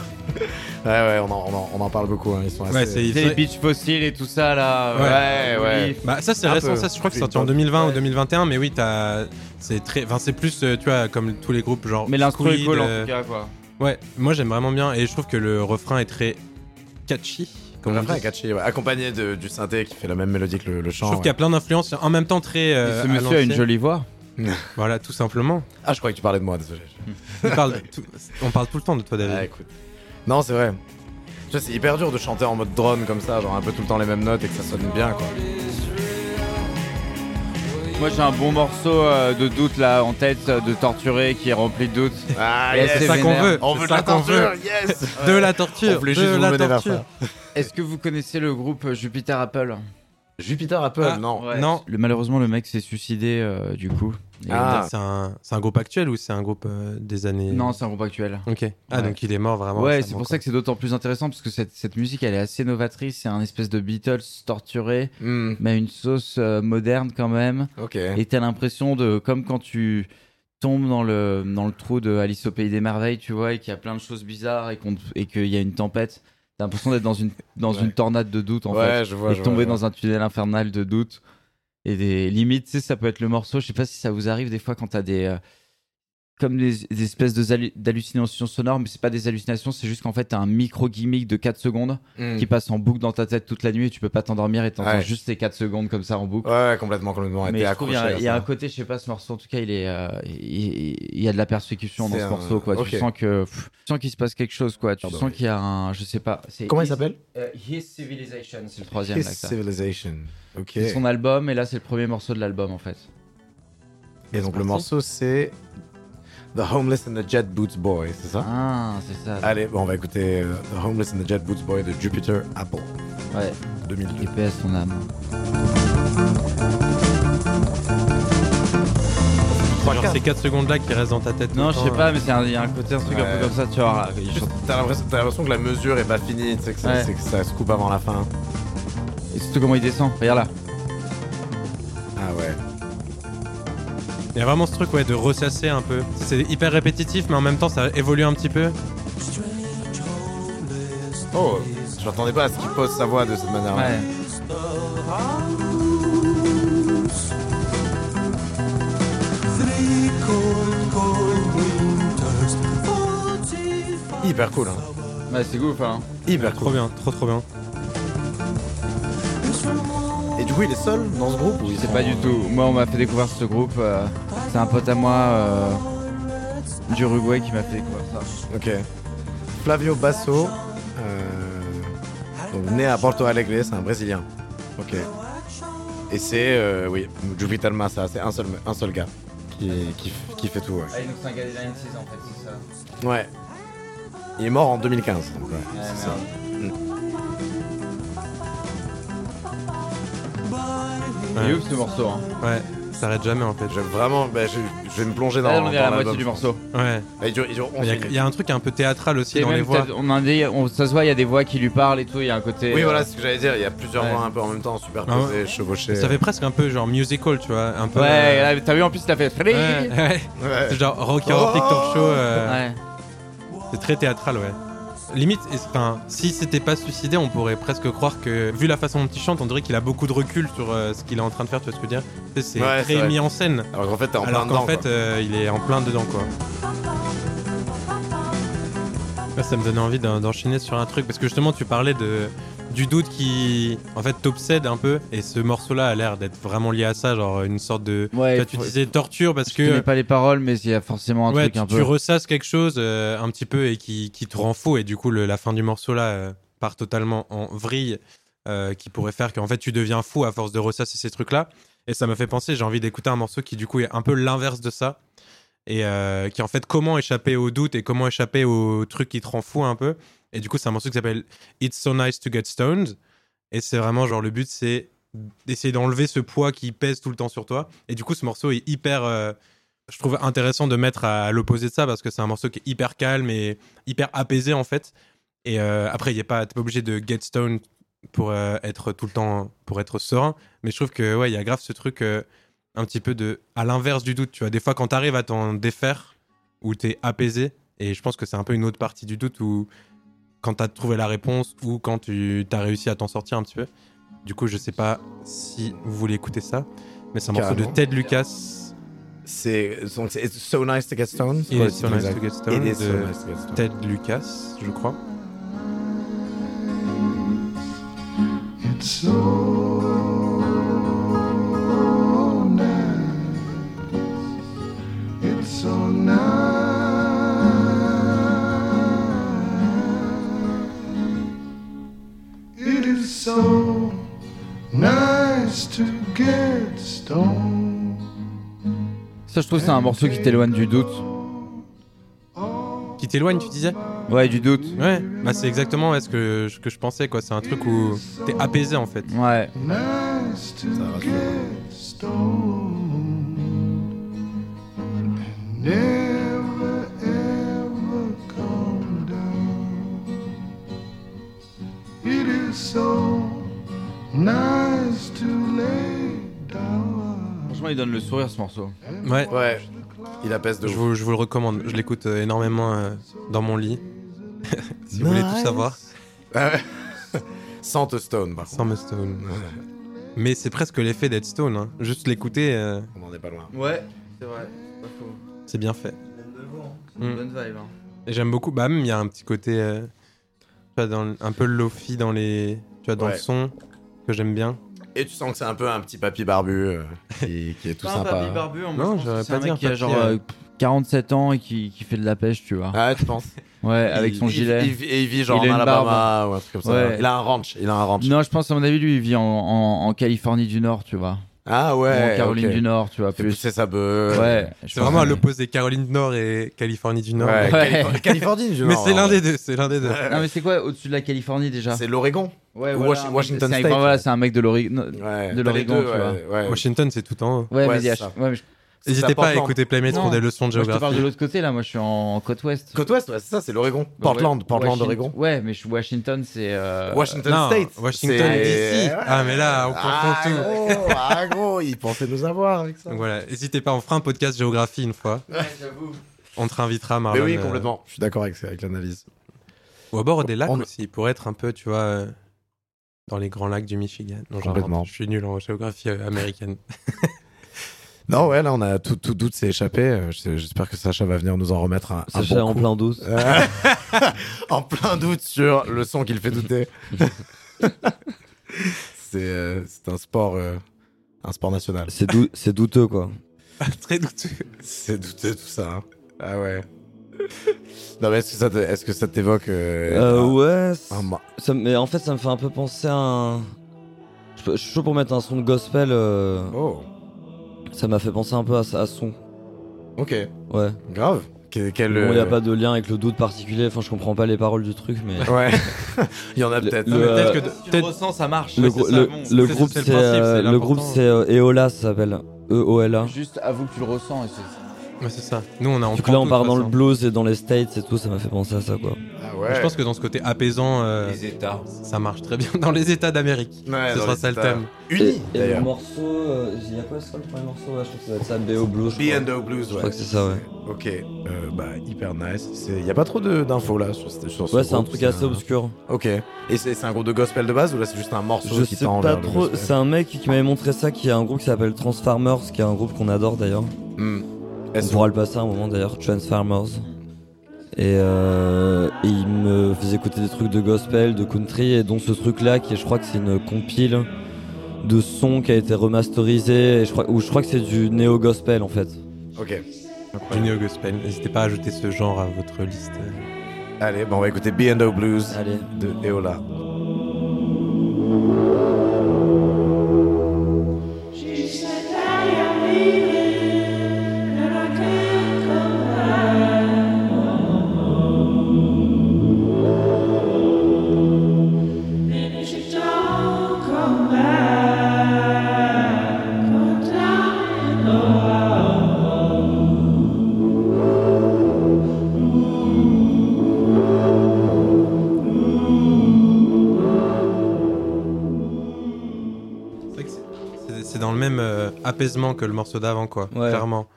S3: Ouais, ouais, on en, on en- on en parle beaucoup, hein, ils sont assez...
S2: Ouais, c'est-
S1: Tu sais, les bitch fossiles et tout ça là.
S3: Ouais,
S1: euh,
S3: ouais.
S1: oui.
S2: Bah ça c'est
S3: Un
S2: récent,
S3: peu.
S2: ça je crois que c'est
S3: Oui,
S2: sorti en
S3: pas-
S2: 2020 ou
S3: ouais.
S2: 2021, mais oui t'as c'est très, enfin c'est plus euh, tu vois comme tous les groupes genre.
S1: Mais l'instru est
S2: Squid,
S1: cool en
S2: euh,
S1: tout cas quoi.
S2: Ouais, moi j'aime vraiment bien et je trouve que le refrain est très catchy. Comme
S3: Le
S2: on
S3: refrain est
S2: dit.
S3: catchy, ouais, accompagné de- du synthé qui fait la même mélodie que le, le
S2: Je
S3: chant.
S2: trouve qu'il y a
S3: ouais.
S2: plein d'influences en même temps très. euh,
S1: ce
S2: à
S1: monsieur a une
S2: l'ancienne.
S1: jolie voix.
S2: Voilà tout simplement.
S3: Ah, je croyais que tu parlais de moi, désolé.
S2: On parle, tout, on parle tout le temps de toi David.
S3: Ah, écoute. Non, c'est vrai. Tu vois, c'est hyper dur de chanter en mode drone comme ça, genre un peu tout le temps les mêmes notes et que ça sonne bien, quoi.
S1: Moi j'ai un bon morceau euh, de doute là en tête, euh, de torturé qui est rempli de doute.
S6: Ah,
S1: Yes,
S2: C'est ça
S1: c'est
S2: qu'on
S1: vénère.
S2: veut.
S6: On
S2: c'est
S6: veut de
S2: ça
S6: la
S2: qu'on
S6: torture,
S2: veut.
S6: yes
S2: De la torture.
S3: On voulait
S2: de
S3: juste vous
S2: la
S3: mener vers
S2: torture.
S3: ça.
S1: Est-ce que vous connaissez le groupe euh, Jupiter Apple
S3: Jupiter Apple,
S2: Ah,
S3: non.
S1: Ouais.
S2: Non.
S1: Le- Malheureusement le mec s'est suicidé euh, du coup. Et-
S3: Ah.
S2: C'est un, c'est un groupe actuel ou c'est un groupe euh, des années
S1: Non c'est un groupe actuel.
S2: Ok. Ah,
S1: Ouais.
S2: donc il est mort vraiment.
S1: ouais,
S2: récemment,
S1: c'est pour
S2: quoi.
S1: ça que c'est d'autant plus intéressant parce que cette, cette musique elle est assez novatrice, c'est un espèce de Beatles torturé,
S3: Hmm,
S1: mais à une sauce euh, moderne quand même.
S3: ok.
S1: Et t'as l'impression de comme quand tu tombes dans le dans le trou de Alice au pays des merveilles, tu vois, et qu'il y a plein de choses bizarres et qu'on te- et qu'il y a une tempête. T'as l'impression d'être dans une dans
S3: Ouais.
S1: une tornade de doute en
S3: ouais, je vois.
S1: fait, et
S3: je
S1: de
S3: vois,
S1: tomber
S3: je vois.
S1: dans un tunnel infernal de doute et des limites. Tu sais, ça peut être le morceau. Je sais pas si ça vous arrive des fois quand t'as des euh, comme des, des espèces de hallu- d'hallucinations sonores, mais c'est pas des hallucinations, c'est juste qu'en fait t'as un micro gimmick de 4 secondes
S3: Hmm.
S1: qui passe en boucle dans ta tête toute la nuit et tu peux pas t'endormir et t'entends
S3: Ouais.
S1: juste ces 4 secondes comme ça en boucle.
S3: Ouais, ouais, complètement, complètement.
S1: Mais
S3: T'es
S1: je trouve il y a-
S3: accroché à
S1: il y, a
S3: ça.
S1: un côté, je sais pas, ce morceau, en tout cas, il est, euh, il, il y a de la persécution dans
S3: C'est
S1: ce
S3: un-
S1: morceau, quoi.
S3: ok.
S1: Tu sens que, pff, tu sens qu'il se passe quelque chose, quoi. Tu
S3: Pardon,
S1: sens
S3: oui.
S1: qu'il y a un, je sais pas. c'est
S3: Comment il
S1: His-
S3: s'appelle
S1: euh, His Civilization, c'est le troisième.
S3: His
S1: là, que ça.
S3: Civilization. Ok.
S1: C'est son album, et là, c'est le premier morceau de l'album, en fait.
S3: Et donc le morceau c'est The Homeless and the Jet Boots Boy, c'est ça
S1: Ah, c'est ça.
S3: Allez, bon, on va écouter euh, The Homeless and the Jet Boots Boy de Jupiter Apple
S1: Ouais.
S3: 2002.
S1: GPS son âme.
S2: Genre ces 4 secondes là qui restent dans ta tête.
S1: Non, je
S2: tout le
S1: sais
S2: temps,
S1: pas, mais c'est un- il y a un côté, un truc un
S3: Oh. Ouais.
S1: peu comme ça, tu vois. là, il chante-
S3: T'as l'impression, t'as l'impression que la mesure est pas finie, tu sais que ça,
S1: Ouais.
S3: c'est que ça se coupe avant la fin.
S1: Et surtout comment il descend. Regarde là.
S3: Ah ouais.
S2: Il y a vraiment ce truc ouais, de ressasser un peu. C'est hyper répétitif, mais en même temps, ça évolue un petit peu.
S3: Oh, je m'attendais pas à ce qu'il pose sa voix de cette manière.
S1: Ouais.
S3: Hyper cool, hein.
S1: Ouais, c'est ouf, hein.
S3: Hyper
S2: Trop
S3: cool.
S2: bien, trop trop bien.
S3: Et du coup, il est seul dans ce groupe ou
S1: Je
S3: il
S1: sais
S3: sont-
S1: pas du tout. Moi, on m'a fait découvrir ce groupe. euh, c'est un pote à moi euh, d'Uruguay qui m'a fait découvrir ça.
S3: Ok. Flavio Basso, euh, donc né à Porto Alegre, c'est un Brésilien. Ok. Et c'est, euh, oui, Jupiter Massa, c'est un seul, un seul gars qui, qui, f- qui fait tout. Ouais.
S1: Ah, donc c'est un gars des 90s en fait, c'est ça.
S3: Ouais. Il est mort en 2015. donc, ouais,
S1: Ah,
S3: c'est ça.
S1: Il est ouf ce morceau. Hein.
S2: Ouais, ça arrête jamais en fait.
S3: J'aime vraiment, bah, je, je vais me plonger dans,
S1: Là, on est
S3: dans
S1: à la
S3: l'album,
S1: moitié du
S3: je pense.
S1: morceau.
S2: Ouais.
S3: Bah, il dure, il dure
S2: Il
S3: 11
S2: y, a-
S3: minutes.
S2: il y a un truc un peu théâtral aussi
S1: Et
S2: dans les
S1: même,
S2: voix.
S1: t'as- on a des- on- ça se voit, il y a des voix qui lui parlent et tout. Il y a un côté.
S3: Oui,
S1: euh,
S3: voilà c'est ce que j'allais dire. Il y a plusieurs
S1: Ouais.
S3: mois un peu en même temps, superposés, chevauchés.
S2: Ah Ça fait presque un peu genre musical, tu vois. Un peu,
S1: Ouais,
S2: euh,
S1: là, t'as vu en plus, t'as fait.
S2: ouais, ouais.
S3: Ouais.
S2: C'est genre Rocky
S3: Oh.
S2: Horror Picture Show. euh,
S1: Ouais.
S2: C'est très théâtral, ouais. Limite, et- enfin, si c'était pas suicidé, on pourrait presque croire que, vu la façon dont il chante, on dirait qu'il a beaucoup de recul sur euh, ce qu'il est en train de faire, tu vois ce que je veux dire Tu sais, C'est
S3: Ouais, c'est
S2: très
S3: vrai.
S2: mis en scène.
S3: Alors qu'en fait, t'es en
S2: alors
S3: plein
S2: qu'en
S3: dedans.
S2: fait,
S3: quoi.
S2: euh, il est en plein dedans, quoi. Là, ça me donnait envie d'en- d'enchaîner sur un truc, parce que justement, tu parlais de, du doute qui, en fait, t'obsède un peu, et ce morceau-là a l'air d'être vraiment lié à ça, genre une sorte de.
S1: Ouais,
S2: tu vois, tu
S1: faut-
S2: disais torture parce
S1: Je connais
S2: que.
S1: pas les paroles, mais il y a forcément un
S2: ouais,
S1: truc
S2: tu,
S1: un
S2: tu
S1: peu.
S2: ressasses quelque chose euh, un petit peu et qui, qui te rend fou. Et du coup, le- la fin du morceau là euh, part totalement en vrille, euh, qui pourrait faire qu'en fait tu deviens fou à force de ressasser ces trucs là. Et ça m'a fait penser, j'ai envie d'écouter un morceau qui du coup est un peu l'inverse de ça. Et euh, qui en fait comment échapper au doute et comment échapper au truc qui te rend fou un peu. Et du coup, c'est un morceau qui s'appelle It's So Nice to Get Stoned. Et c'est vraiment genre le but, c'est d'essayer d'enlever ce poids qui pèse tout le temps sur toi. Et du coup, ce morceau est hyper. euh, je trouve intéressant de mettre à l'opposé de ça parce que c'est un morceau qui est hyper calme et hyper apaisé en fait. Et euh, après, il est pas, t'es pas obligé de get stone pour euh, être tout le temps pour être serein. Mais je trouve que ouais, il y a grave ce truc euh, un petit peu de à l'inverse du doute. Tu vois, des fois quand t'arrives à t'en défaire où t'es apaisé. Et je pense que c'est un peu une autre partie du doute où quand t'as trouvé la réponse ou quand tu t'as réussi à t'en sortir un petit peu. Du coup, je sais pas si vous voulez écouter ça, mais c'est un morceau de
S3: Carrément.
S2: Ted Lucas.
S3: C'est donc c'est It's So Nice to Get Stoned.
S2: Il est
S3: Ouais,
S2: sur
S3: c'est
S2: Nice
S3: exact.
S2: to Get Stoned euh,
S3: It is so
S2: de
S3: nice to get stoned.
S2: Ted Lucas, je crois.
S8: It is so nice to get stoned.
S1: Ça, je trouve, c'est un morceau qui t'éloigne du doute.
S2: Qui t'éloigne, tu disais
S1: Ouais, du doute.
S2: Ouais, bah c'est exactement ouais, ce que, ce que je pensais, quoi. C'est un truc où t'es apaisé, en fait.
S1: Ouais.
S8: nice to get stoned and never ever come down. It is so nice to lay down.
S1: Franchement, il donne le sourire ce morceau.
S2: Ouais,
S3: Ouais, il apaise de
S2: je
S3: ouf.
S2: vous, je vous le recommande. Je l'écoute euh, énormément euh, dans mon lit. si vous voulez tout savoir,
S3: Ah ouais. Sans te stone, par contre.
S2: sans me stone. Mais c'est presque l'effet d'être stone. hein. Juste l'écouter, euh,
S3: On en est pas loin.
S1: Ouais, c'est vrai. Pas faux.
S2: c'est bien fait. Mm.
S1: Bonne vibe. Hein.
S2: Et j'aime beaucoup. Bah, même, il y a un petit côté. euh, tu vois, dans, le- un peu lofi dans les. Tu vois, dans
S3: Ouais.
S2: le son, que j'aime bien.
S3: Et tu sens que c'est un peu un petit papy barbu euh, qui, qui est tout sympa.
S1: barbu, hein,
S2: moi, Non, je pense que j'aurais c'est pas un dit mec un
S1: qui a
S2: papy,
S1: genre
S2: ouais.
S1: euh, 47 ans et qui, qui fait de la pêche, tu vois.
S3: Ah, tu penses
S1: Ouais, avec
S3: Il-
S1: son
S3: il-
S1: gilet.
S3: Il, vit- et il vit genre
S1: Il a
S3: en
S1: une
S3: Alabama ou un truc comme ça.
S1: Ouais.
S3: Il a un ranch. Il a un ranch.
S1: Non, je pense, à mon avis, lui, il vit en, en- en Californie du Nord, tu vois.
S3: Ah
S1: Ou
S3: ouais.
S1: en Caroline
S3: ok. euh,
S1: du Nord, tu vois.
S3: Il fait
S1: Plus.
S3: pousser sa bœuf.
S1: Ouais. je
S2: C'est
S1: pense
S2: vraiment à
S1: que-
S2: l'opposé Caroline du Nord et Californie du Nord.
S3: Ouais,
S1: Ouais.
S3: Californie- Californie, du
S2: Mais
S3: Nord,
S2: c'est
S3: en
S2: l'un
S3: vrai.
S2: des deux. C'est l'un des deux.
S1: Non, mais c'est quoi au-dessus de la Californie déjà
S3: C'est l'Oregon.
S1: Ouais,
S3: Ou
S1: voilà,
S3: Washi-
S1: un mec-
S3: Washington
S1: c'est un-
S3: State.
S1: Voilà, c'est un mec de l'Oregon.
S3: Ouais.
S1: De
S3: T'as les
S1: l'Oregon,
S3: deux,
S1: tu
S3: ouais, ouais.
S2: Washington, c'est tout en haut.
S1: Ouais,
S3: Ouais,
S1: mais il y a-
S3: c'est ça.
S1: ouais, mais je-
S3: C'est
S2: N'hésitez pas à
S3: Portland.
S2: écouter Playmates
S1: Non.
S2: pour des leçons de
S1: moi, je te parle de
S2: géographie.
S1: l'autre côté, là. Moi, je suis en côte ouest.
S3: Côte ouest, ouais, c'est ça, c'est l'Oregon.
S1: Bah,
S3: Portland,
S1: ouais,
S3: Portland,
S1: Washington-
S3: Oregon.
S1: Ouais, mais je- Washington, c'est. euh,
S3: Washington
S2: Non,
S3: State.
S2: Washington
S3: c'est-
S2: DC. Ah, mais là, on
S3: ah,
S2: confond tout.
S3: Gros, ah, gros, il pensait nous avoir avec ça.
S2: Donc voilà, n'hésitez pas, on fera un podcast géographie une fois. On te réinvitera,
S3: Mais
S2: Marlon.
S3: oui,
S2: euh,
S3: complètement. Je suis d'accord avec, avec l'analyse.
S2: Ou à bord des lacs
S3: On-
S2: aussi, pour être un peu, tu vois, euh, dans les grands lacs du Michigan. Non, j'invente.
S3: Complètement.
S2: Je suis nul en géographie euh, américaine.
S3: Non, ouais, là, on a tout, tout doute s'est échappé. Euh, je- J'espère que Sacha va venir nous en remettre un, un
S4: Sacha
S3: bon
S4: en
S3: Ah, coup.
S4: plein douce.
S3: Euh, en plein doute sur le son qu'il fait douter. c'est euh, c'est un sport, euh, un sport national.
S4: C'est dou- c'est douteux, quoi.
S3: Ah,
S2: Très douteux.
S3: C'est douteux tout ça. hein. Ah ouais. non mais est-ce que ça te- est-ce que ça t'évoque
S4: Euh,
S2: Ah.
S3: euh, un-
S4: ouais. c'est-
S3: un ma-
S4: Ça, me- mais en fait, ça me fait un peu penser à un. Je peux- je suis chaud pour mettre un son de gospel. euh,
S3: Oh.
S4: Ça m'a fait penser un peu à, ça- à ce son.
S3: Ok.
S4: Ouais.
S3: Grave. Que- quel,
S4: Bon, il n'y
S3: euh,
S4: a pas de lien avec le doute particulier. Enfin, je comprends pas les paroles du truc, mais.
S3: Ouais. Il y en a peut-être.
S4: Le-
S3: Ah, mais
S2: Peut-être
S4: Euh,
S2: que
S1: Si tu
S2: peut-être-
S1: le ressens, ça marche.
S4: Le,
S2: Ouais,
S4: grou-
S2: c'est ça,
S4: le-
S2: bon,
S4: le
S2: c'est- c'est-
S4: groupe,
S2: c'est le
S4: c'est
S2: principe,
S4: euh,
S2: c'est
S4: le groupe,
S2: l'important.
S4: c'est euh, Eola, ça s'appelle. E E-O-L-A.
S1: Juste avoue que tu le ressens. Et c'est-
S2: Ouais, c'est ça. Nous, on a.
S4: Du
S2: prend
S4: coup, là,
S2: tout,
S4: on
S2: de
S4: part
S2: toute
S4: dans le
S2: façon.
S4: blues et dans les States et tout, ça m'a fait penser à ça, quoi.
S3: Ah ouais.
S2: Je pense que dans ce côté apaisant, euh,
S1: États.
S2: ça marche très bien. Dans les États d'Amérique.
S3: Ouais,
S2: Ce
S3: dans
S2: sera
S3: les
S2: ça le
S3: États.
S2: thème.
S3: Uni
S4: Et, et le
S3: d'ailleurs.
S4: morceau, euh, il y a quoi, c'est quoi le premier morceau ouais, Je crois que ça va être ça, B.O. Blues. je crois.
S3: B&O Blues,
S4: Je
S3: ouais.
S4: crois que c'est ça, ouais.
S3: Ok, euh, bah hyper nice. Il y a pas trop de- d'infos là sur, ce- sur ce
S4: Ouais, c'est un
S3: groupe,
S4: truc
S2: hein.
S4: assez obscur.
S3: Ok. Et c'est c'est un groupe de gospel de base ou là c'est juste un morceau
S4: Je
S3: qui
S4: sais
S3: tend
S4: pas
S3: vers le
S4: trop.
S3: gospel
S4: C'est un mec qui m'avait montré ça, qui a un groupe qui s'appelle Transformers, qui est un groupe qu'on adore d'ailleurs.
S3: Hmm.
S4: On
S3: Est-ce-
S4: pourra le passer à un moment d'ailleurs, Transformers. Et, euh, et il me faisait écouter des trucs de gospel, de country, et dont ce truc-là, qui est- je crois que c'est une compile de sons qui a été remasterisé, et je crois, ou je crois que c'est du néo-gospel en fait.
S3: Ok.
S2: Du néo-gospel. N'hésitez pas à ajouter ce genre à votre liste.
S3: Allez, bon, on va écouter B&O Blues
S4: Allez.
S3: de Eola.
S9: J'ai cette taille à vivre, le regard comme un. Mais j'ai tant comme un, quand un
S2: C'est vrai que c'est- C'est dans le même euh, apaisement que le morceau d'avant, quoi.
S4: Ouais.
S2: Clairement.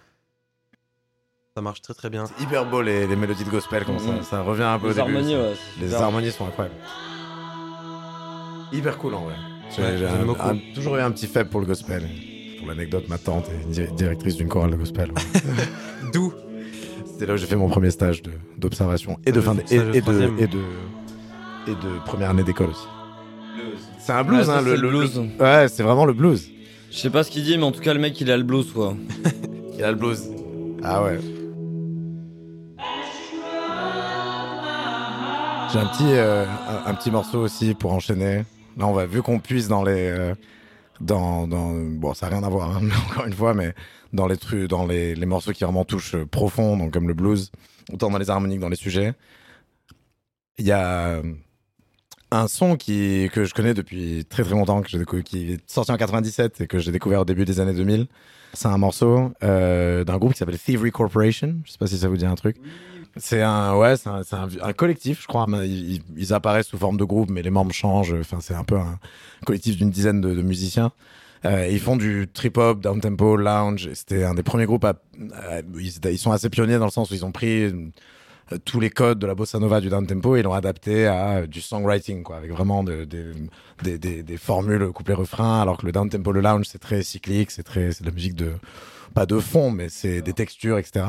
S2: Ça marche très très bien.
S3: Hyper beau les, les mélodies de gospel, comme ça,
S4: Mhm.
S3: ça revient un peu au
S4: Les
S3: début.
S4: harmonies,
S3: ça.
S4: ouais.
S3: Les
S4: super.
S3: harmonies sont incroyables. Hyper cool en vrai. J'ai
S2: Ouais,
S3: j'ai
S2: j'aime
S3: un-
S2: beaucoup.
S3: un- toujours eu un petit faible pour le gospel. Pour l'anecdote, ma tante est di- directrice d'une chorale de gospel.
S2: D'où
S3: C'était là où j'ai fait mon premier stage de- d'observation et de
S4: Euh,
S2: Ah,
S3: fin
S2: le
S3: d- et,
S2: stage de
S3: et de,
S2: troisième.
S3: et, de, et de première année d'école aussi. C'est un blues,
S4: Ouais, ça,
S3: hein,
S4: c'est
S3: le,
S4: le
S3: le-
S4: blues.
S3: le- Ouais, c'est vraiment le blues.
S4: Je sais pas ce qu'il dit, mais en tout cas, le mec il a le blues quoi.
S3: Il a le blues. Ah ouais. J'ai un petit, euh, un, un petit morceau aussi pour enchaîner. Là, on va, vu qu'on puise dans les, euh, dans, dans bon, ça n'a rien à voir, hein, mais encore une fois, mais dans les trucs, dans les, les morceaux qui vraiment touchent euh, profond, donc comme le blues, autant dans les harmoniques, dans les sujets, il y a euh, un son qui que je connais depuis très très longtemps, que j'ai décou- qui est sorti en 97 et que j'ai découvert au début des années 2000. C'est un morceau euh, d'un groupe qui s'appelle Thievery Corporation. Je sais pas si ça vous dit un truc. C'est un ouais, c'est un, c'est un- un collectif, je crois. mais Ils, ils- ils apparaissent sous forme de groupe, mais les membres changent. Enfin, c'est un peu un collectif d'une dizaine de, de musiciens. Euh, ils font du trip hop, down tempo, lounge. Et C'était un des premiers groupes. À, à- ils, étaient- ils sont assez pionniers dans le sens où ils ont pris euh, tous les codes de la bossa nova du down tempo et l'ont adapté à euh, du songwriting, quoi, avec vraiment de- des- des, des- des formules couplets refrains. Alors que le down tempo, le lounge, c'est très cyclique, c'est très, c'est de la musique de pas de fond, mais c'est des textures, etc.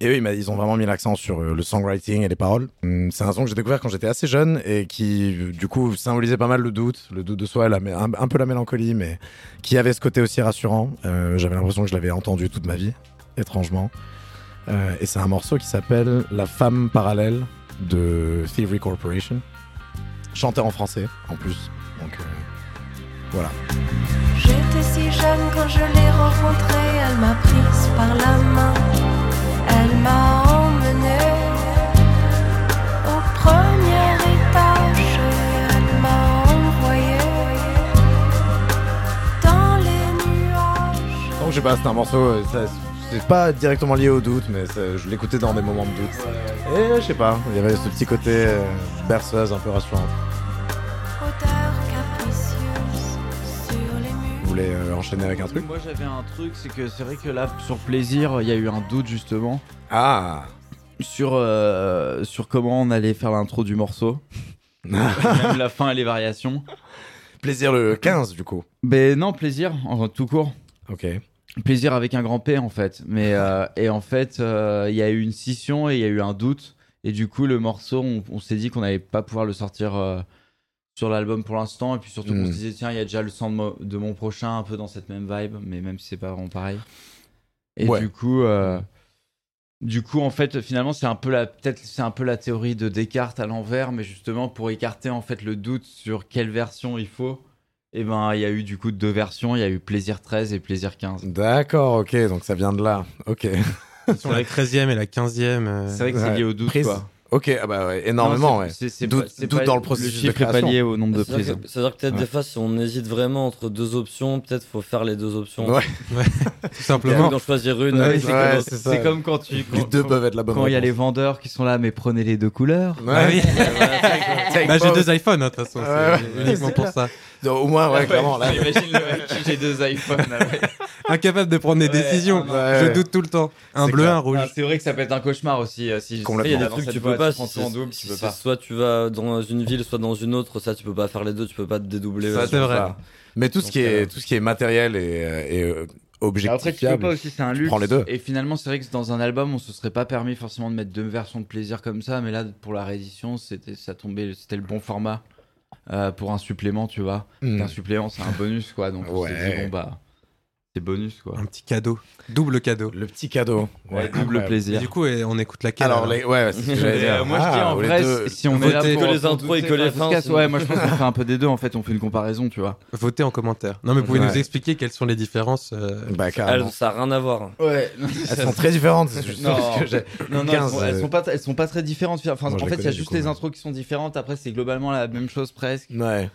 S3: Et eux, ils m'a- ils ont vraiment mis l'accent sur euh, le songwriting et les paroles. Hum, C'est un son que j'ai découvert quand j'étais assez jeune et qui, euh, du coup, symbolisait pas mal le doute, le doute de soi, la mé- un, un peu la mélancolie, mais qui avait ce côté aussi rassurant. Euh, J'avais l'impression que je l'avais entendu toute ma vie, étrangement. Euh, et c'est un morceau qui s'appelle La femme parallèle de Theory Corporation, chanté en français en plus. Donc euh, voilà.
S10: J'étais si jeune quand je l'ai rencontrée, elle m'a prise par la main, elle m'a emmenée au premier étage, elle m'a envoyée dans les nuages.
S3: Donc je sais pas, c'est un morceau, euh, ça- c'est pas directement lié au doute, mais ça- je l'écoutais dans des moments de doute. Et je sais pas, il y avait ce petit côté euh, berceuse un peu rassurant.
S10: Odeur capricieuse sur les murs.
S3: Vous voulez euh, enchaîner avec un truc
S1: Moi j'avais un truc, c'est que c'est vrai que là sur plaisir, il y a eu un doute justement.
S3: Ah
S1: Sur, euh, sur comment on allait faire l'intro du morceau. Et même la fin et les variations.
S3: Plaisir le 15 du coup.
S1: Mais non, plaisir, en tout court.
S3: Ok.
S1: Plaisir avec un grand P en fait. Mais euh, et en fait, euh, il y a eu une scission et il y a eu un doute. Et du coup, le morceau, on, on s'est dit qu'on n'allait pas pouvoir le sortir euh, sur l'album pour l'instant. Et puis surtout, qu'on
S3: Mm.
S1: se disait, tiens, il y a déjà le sang de, mo- de mon prochain, un peu dans cette même vibe, mais même si c'est pas vraiment pareil. Et
S3: Ouais.
S1: du coup, euh, du coup, en fait, finalement, c'est un peu la peut-être c'est un peu la théorie de Descartes à l'envers, mais justement pour écarter en fait le doute sur quelle version il faut. Et ben, il y a eu du coup deux versions. Il y a eu Plaisir 13 et Plaisir 15.
S3: D'accord, ok, donc ça vient de là. Ok.
S2: Ils sont la 13e et la 15e. euh,
S1: C'est vrai que c'est
S3: Ouais.
S1: lié au doute,
S3: Prise.
S1: quoi.
S3: Ok, ah bah ouais, énormément,
S1: Non,
S3: ouais.
S1: c'est- c'est- c'est
S3: Doute-
S1: pas- c'est
S3: doute
S1: pas-
S3: dans le processus de
S1: chiffre est pas
S3: création.
S1: lié au nombre de
S4: C'est-à-dire
S1: prises.
S4: que- c'est-à-dire que, peut-être
S3: Ouais.
S4: des fois, si on hésite vraiment entre deux options, peut-être faut faire les deux options.
S3: Ouais,
S2: Tout
S4: Plutôt
S2: simplement.
S4: que d'en choisir une.
S3: Ouais,
S4: c'est
S3: ouais,
S4: comme-
S3: c'est ça.
S1: C'est comme quand tu.
S3: Les
S1: Quand,
S3: deux peuvent être la bonne
S1: quand il y a les
S3: réponse.
S1: vendeurs qui sont là, mais prenez les deux couleurs.
S2: Ah oui.
S3: Ouais. Take
S2: Bah, j'ai
S3: both.
S2: deux iPhones, hein, de toute façon.
S3: Ouais,
S2: c'est
S3: ouais.
S2: uniquement pour ça.
S3: Au moins, ouais, clairement. Là,
S1: Imagine le mec qui j'ai deux iPhones.
S2: Incapable de prendre des
S1: Ouais,
S2: décisions.
S1: non,
S3: non.
S2: Je
S3: Ouais.
S2: doute tout le temps. Un
S3: C'est
S2: bleu,
S3: clair.
S2: un rouge.
S1: Ah, C'est vrai que ça peut être un cauchemar aussi. euh, si
S3: Complètement.
S4: Après, il y a des
S1: Dans
S4: trucs que
S1: cette
S4: tu
S1: boîte,
S4: peux pas.
S1: tu prends
S4: si
S1: tout en double,
S4: c'est-
S1: tu peux
S4: si
S1: pas.
S4: c'est Soit tu vas dans une ville, soit dans une autre. Ça, tu peux pas faire les deux. Tu peux pas te dédoubler.
S2: Ça,
S4: euh,
S2: c'est vrai.
S3: ça. Mais tout ce,
S4: Donc,
S3: qui est,
S4: euh,
S3: tout ce qui est matériel et, euh, et euh,
S1: Après, tu peux
S3: objectifiable.
S1: pas aussi, c'est un
S3: Tu
S1: luxe.
S3: prends les deux.
S1: Et finalement, c'est vrai que dans un album, on se serait pas permis forcément de mettre deux versions de plaisir comme ça, mais là, pour la réédition, c'était ça tombait, c'était le bon format euh, pour un supplément, tu vois.
S3: Hmm.
S1: Un supplément, c'est un bonus, quoi. Donc, on s'est
S3: Ouais.
S1: dit, bon, bah, c'est bonus, quoi.
S2: Un petit cadeau. Double cadeau.
S3: Le petit cadeau.
S1: Ouais, double
S3: incroyable.
S2: Et
S1: plaisir.
S2: du coup, eh, on écoute laquelle
S3: Alors,
S2: alors
S3: les... ouais, ouais, c'est ce que j'allais
S1: Et, euh,
S3: dire.
S1: moi, je dis
S3: Ah,
S1: en
S3: les
S1: vrai,
S3: deux.
S1: si- si on est là
S2: Votez
S1: pour
S4: que les intros et
S1: douter
S4: que
S1: dans
S4: les
S1: le
S4: fins,
S1: podcast,
S4: sinon-
S1: Ouais, moi, je pense qu'on fait un peu des deux. En fait, on fait une comparaison, tu vois.
S2: Votez en commentaire. Non, mais pouvez
S3: Ouais.
S2: nous expliquer quelles sont les différences euh,
S3: Bah,
S4: Elles,
S3: carrément.
S4: ça a rien à voir.
S1: Ouais.
S3: Elles sont très différentes. c'est juste
S1: Non.
S3: ce que j'ai-
S1: Non, non,
S3: 15,
S1: elles, sont, elles
S3: euh,
S1: sont pas, elles sont pas très différentes. Enfin,
S3: Moi,
S1: en fait,
S3: je les
S1: il y a
S3: connais, du
S1: juste
S3: coup,
S1: les
S3: mais-
S1: intros qui sont différentes. Après, c'est globalement la même chose presque.
S3: Ouais.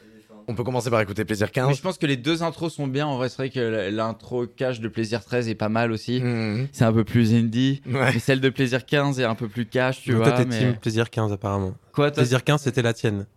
S3: On peut commencer par écouter Plaisir
S1: Mais
S3: 15.
S1: je pense que les deux intros sont bien. En vrai, c'est vrai que l'intro cache de Plaisir 13 est pas mal aussi.
S3: Mhm.
S1: C'est un peu plus indie.
S3: Ouais.
S1: Mais celle de Plaisir 15 est un peu plus cash, tu
S2: donc
S1: vois.
S2: Toi, t'es
S1: mais-
S2: team Plaisir 15, apparemment.
S1: Quoi, toi
S2: Plaisir 15, c'était la tienne.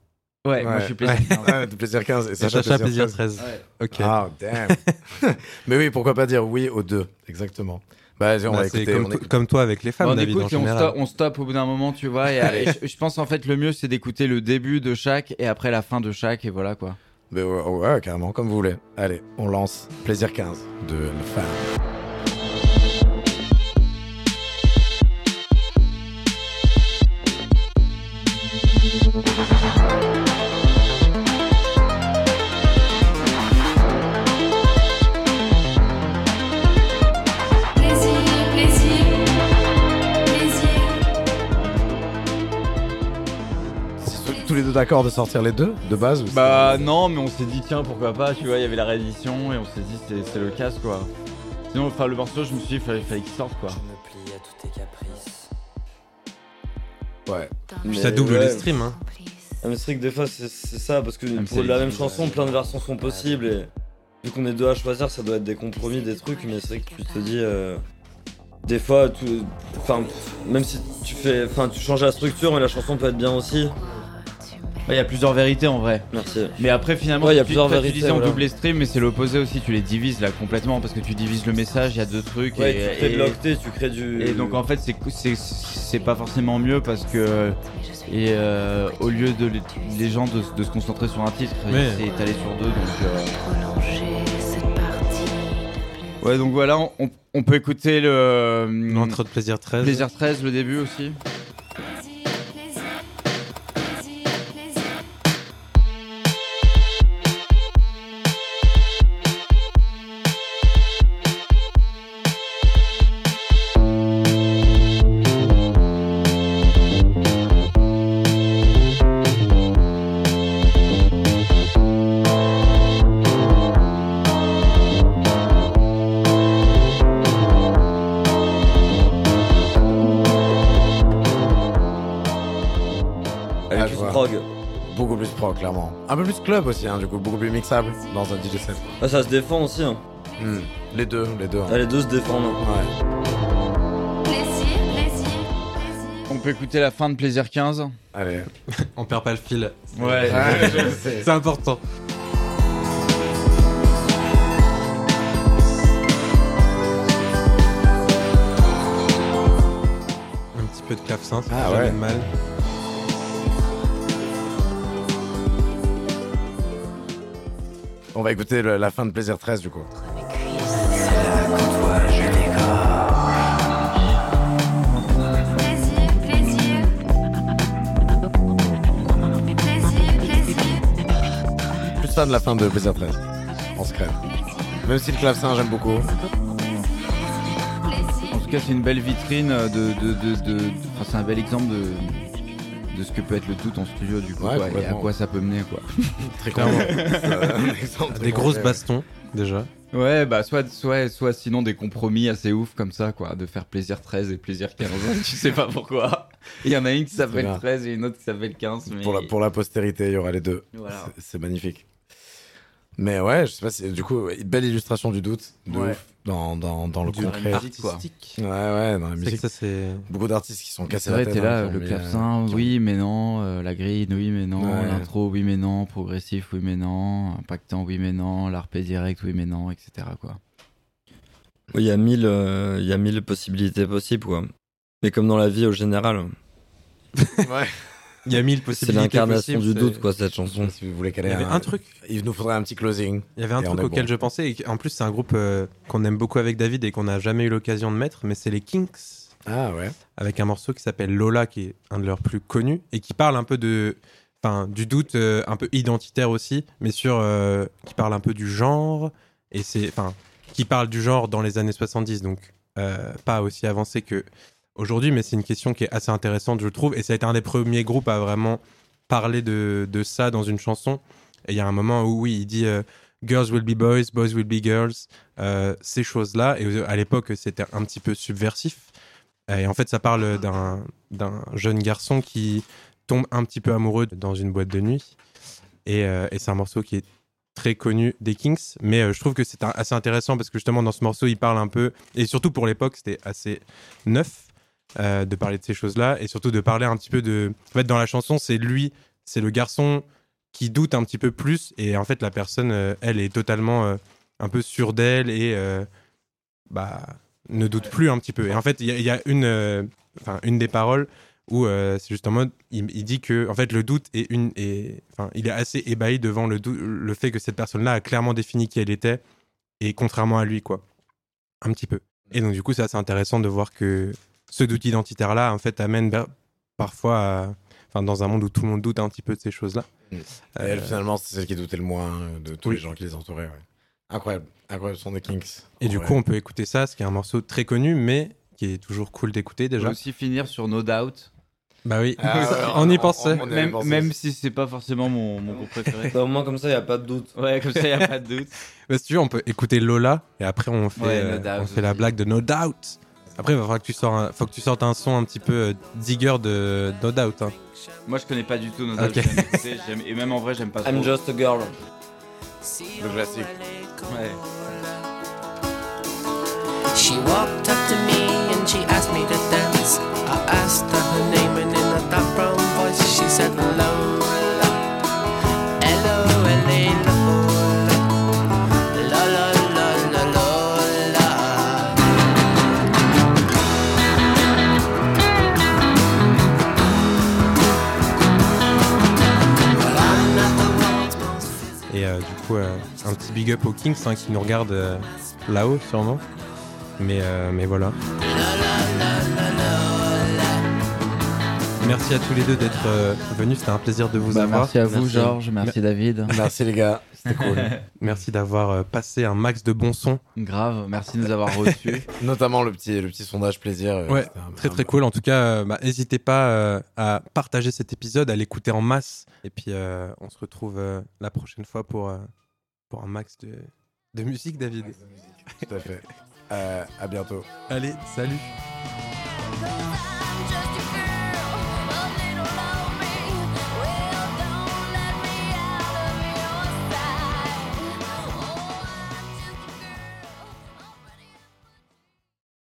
S1: Ouais, moi,
S3: Ouais.
S1: je suis Plaisir 15.
S3: Ouais, de Plaisir 15 et
S2: Et
S3: Sacha,
S2: Sacha,
S3: Plaisir
S2: Plaisir 13.
S1: Ouais.
S2: Ok.
S3: Ah, damn. Mais oui, pourquoi pas dire oui aux deux. Exactement. Bah, vas-y, on
S2: Bah,
S3: va
S2: c'est
S3: écouter.
S2: comme,
S3: on
S2: to-
S3: écoute.
S2: comme toi avec les femmes,
S1: Bah, on
S2: David, en
S1: écoute et on,
S2: général.
S1: stoppe, on stoppe au bout d'un moment, tu vois. Et, et je, je pense en fait le mieux c'est d'écouter le début de chaque et après la fin de chaque et voilà quoi.
S3: Mais ouais, ouais, carrément, comme vous voulez. Allez, on lance Plaisir 15 de La Femme.
S9: Plaisir, plaisir, plaisir.
S3: C'est ce- tous les deux d'accord de sortir les deux de base ou c'est-
S1: Bah non, mais on s'est dit tiens pourquoi pas, tu vois, il y avait la réédition et on s'est dit c'est- c'est le casse quoi. Sinon, enfin le morceau, je me suis dit fallait, fallait qu'il sorte quoi.
S11: plie à tous tes caprices.
S3: Ouais.
S2: Puis ça double les streams, hein.
S4: Ah, mais c'est vrai que des fois, c'est c'est ça, parce que
S1: Même
S4: pour
S1: si-
S4: la même chanson, plein de versions sont possibles. Et vu qu'on est deux à choisir, ça doit être des compromis, des trucs, mais c'est vrai que tu te dis. euh, des fois, tout- enfin, même si tu fais, enfin, tu changes la structure, mais la chanson peut être bien aussi.
S1: Il y a plusieurs vérités en vrai.
S4: Merci.
S1: Mais après finalement,
S4: Ouais, il y a
S1: tu-
S4: plusieurs
S1: toi, tu
S4: vérités,
S1: disais en
S4: voilà.
S1: double stream, mais c'est l'opposé aussi. Tu les divises là complètement parce que tu divises le message. Il y a deux trucs.
S4: Ouais,
S1: et,
S4: tu fais de
S1: et-
S4: l'octet, tu crées du-
S1: Et donc en fait, c'est cou- c'est c'est pas forcément mieux parce que et euh, au lieu de les- les gens de, de se concentrer sur un titre,
S2: Ouais.
S1: c'est étalé sur deux. Donc euh, ouais, donc voilà, on, on peut écouter le
S2: L'intro de Plaisir 13.
S1: Mm. Plaisir 13 le début aussi.
S3: Ah,
S4: Avec
S3: je
S4: du
S3: vois.
S4: prog.
S3: Beaucoup plus prog, clairement. Un peu plus club aussi, hein, du coup, beaucoup plus mixable dans un DJ set.
S4: Ah, ça se défend aussi. Hein.
S3: Hmm. Les deux, les deux. hein.
S4: Ah, les deux se défendent.
S3: Ouais.
S9: Plaisir, plaisir.
S1: On peut écouter la fin de Plaisir 15.
S3: Allez.
S2: On perd pas le fil.
S1: Ouais.
S2: c'est important. Un petit peu de clavecin, ça
S3: Ah
S2: fait jamais
S3: ouais.
S2: de mal.
S3: On va écouter le- la fin de Plaisir 13, du coup.
S9: Plaisir, plaisir. Plaisir, plaisir.
S3: Plus fan de la fin de Plaisir 13. On se crève. Même si le clavecin, j'aime beaucoup.
S1: En tout cas, c'est une belle vitrine de. de, de, de- enfin, c'est un bel exemple de, de ce que peut être le tout en studio, du coup,
S3: Ouais,
S1: quoi, et à
S3: complètement.
S1: quoi ça peut mener, quoi.
S3: Très
S2: Clairement.
S3: clairement.
S2: Des grosses bastons, déjà.
S1: Ouais, bah, soit, soit, soit sinon des compromis assez ouf comme ça, quoi, de faire plaisir 13 et plaisir 15, tu sais pas pourquoi. Il y en a une qui s'appelle
S3: bien.
S1: 13 et une autre qui s'appelle 15, mais.
S3: Pour la, pour la postérité, il y aura les deux.
S1: Voilà.
S3: C'est- C'est magnifique. Mais ouais, je sais pas si. Du coup, ouais, belle illustration du doute. De
S1: Ouais.
S3: ouf. Dans, dans, dans le
S2: Du
S3: concret.
S1: rap. Artistique, quoi.
S2: Artistique.
S3: Ouais, ouais, dans
S2: C'est
S3: la
S2: que
S3: musique.
S2: ça, c'est.
S3: Beaucoup d'artistes qui sont cassés
S1: C'est
S3: la
S1: vrai,
S3: tête.
S1: t'es
S3: hein,
S1: là,
S3: qui
S1: le
S3: ont mis, euh,
S1: clavecin,
S3: qui ont-
S1: oui, mais non, euh, la grille, oui, mais non,
S3: Ouais.
S1: l'intro, oui, mais non, progressif, oui, mais non, impactant, oui, mais non, l'arpé direct, oui, mais non, etc., quoi.
S4: Oui, il y a mille, euh, il y a mille possibilités possibles, quoi. Mais comme dans la vie au général,
S3: Ouais.
S2: Il y a mille
S4: c'est
S2: possibilités.
S4: l'incarnation
S2: possibles,
S4: du
S2: c'est-
S4: doute, quoi, cette chanson.
S3: Si vous voulez
S2: Il
S3: caler
S2: y avait un truc
S3: Il nous faudrait un petit closing.
S2: Il y avait un
S3: Et on
S2: truc
S3: est
S2: auquel
S3: bon.
S2: je pensais, et en plus c'est un groupe euh, qu'on aime beaucoup avec David et qu'on n'a jamais eu l'occasion de mettre, mais c'est les Kinks,
S3: Ah ouais.
S2: avec un morceau qui s'appelle Lola, qui est un de leurs plus connus, et qui parle un peu de, enfin, du doute euh, un peu identitaire aussi, mais sur, euh, qui parle un peu du genre, et c'est, enfin, qui parle du genre dans les années 70, donc euh, pas aussi avancé que aujourd'hui, mais c'est une question qui est assez intéressante, je trouve, et ça a été un des premiers groupes à vraiment parler de, de ça dans une chanson. Et il y a un moment où, oui, il dit euh, Girls will be boys, boys will be girls, euh, ces choses-là. Et euh, à l'époque, c'était un petit peu subversif. Euh, Et en fait, ça parle d'un d'un jeune garçon qui tombe un petit peu amoureux dans une boîte de nuit. Et, euh, et c'est un morceau qui est très connu des Kings. Mais euh, je trouve que c'est un- assez intéressant parce que justement, dans ce morceau, il parle un peu, et surtout pour l'époque, c'était assez neuf euh, de parler de ces choses-là. Et surtout de parler un petit peu de. En fait, dans la chanson, c'est lui, c'est le garçon qui doute un petit peu plus. Et en fait, la personne, euh, elle est totalement euh, un peu sûre d'elle et euh, bah, ne doute plus un petit peu. Et en fait, il y, a- il y a une, euh, enfin, une des paroles où euh, c'est juste en mode, il, il dit que en fait, le doute est une. est- Enfin, il est assez ébahi devant le, dou- le fait que cette personne-là a clairement défini qui elle était et contrairement à lui, quoi. Un petit peu. Et donc, du coup, c'est assez intéressant de voir que ce doute identitaire-là, en fait, amène ber- parfois à- Enfin, dans un monde où tout le monde doute un petit peu de ces choses-là.
S3: Et elle,
S2: Euh,
S3: finalement, c'est celle qui doutait le moins euh, de tous
S2: oui.
S3: les gens qui les entouraient. ouais. Incroyable. Incroyable son des Kinks.
S2: Et du
S3: Ouais.
S2: coup, on peut écouter ça, ce qui est un morceau très connu, mais qui est toujours cool d'écouter
S1: Je
S2: déjà.
S1: vais aussi finir sur No Doubt,
S2: Bah oui,
S3: Ah
S1: Euh,
S3: ouais,
S2: on y pensait.
S3: on y
S1: Même,
S3: pensait.
S1: même si c'est pas forcément mon, mon groupe préféré.
S4: Bah, au moins, comme ça, il n'y a pas de doute.
S1: Ouais, comme ça, y a pas de doute.
S2: Bah, si tu veux, on peut écouter Lola et après on fait,
S1: Ouais,
S2: euh,
S1: No Doubt
S2: on fait la
S1: aussi.
S2: blague de No Doubt. Après, il va falloir que tu, sors un- faut que tu sortes un son un petit peu euh, digger de No Doubt. hein.
S1: Moi, je connais pas du tout nos
S2: Ok.
S1: albums, j'ai écouté, j'aime- Et même en vrai, j'aime pas trop.
S4: I'm just a girl.
S3: Le classique.
S1: Ouais.
S5: She walked up to me and she asked me to dance. I asked her her name and in a dark brown voice she said Lola. L O L A Lola. La la la la Lola. Well, I'm not the world's most physical.
S2: Et euh, du coup, euh, un petit big up aux Kings hein, qui nous regardent euh, là-haut sûrement. Mais, euh, mais voilà. Merci à tous les deux d'être euh, venus, c'était un plaisir de vous
S1: Bah,
S2: avoir.
S1: merci à vous, Georges. Merci, David.
S3: Merci les gars, c'était cool.
S2: Merci d'avoir euh, passé un max de bons sons.
S1: Grave, merci de nous avoir reçus.
S3: Notamment le petit, le petit sondage plaisir. euh,
S2: Ouais,
S3: c'était un-
S2: Très
S3: un-
S2: très cool. En tout cas, euh, bah, n'hésitez pas euh, à partager cet épisode, à l'écouter en masse. Et puis euh, on se retrouve euh, la prochaine fois pour, euh, pour un max de, de musique, David.
S3: Tout à fait. Euh, à bientôt.
S2: Allez, salut.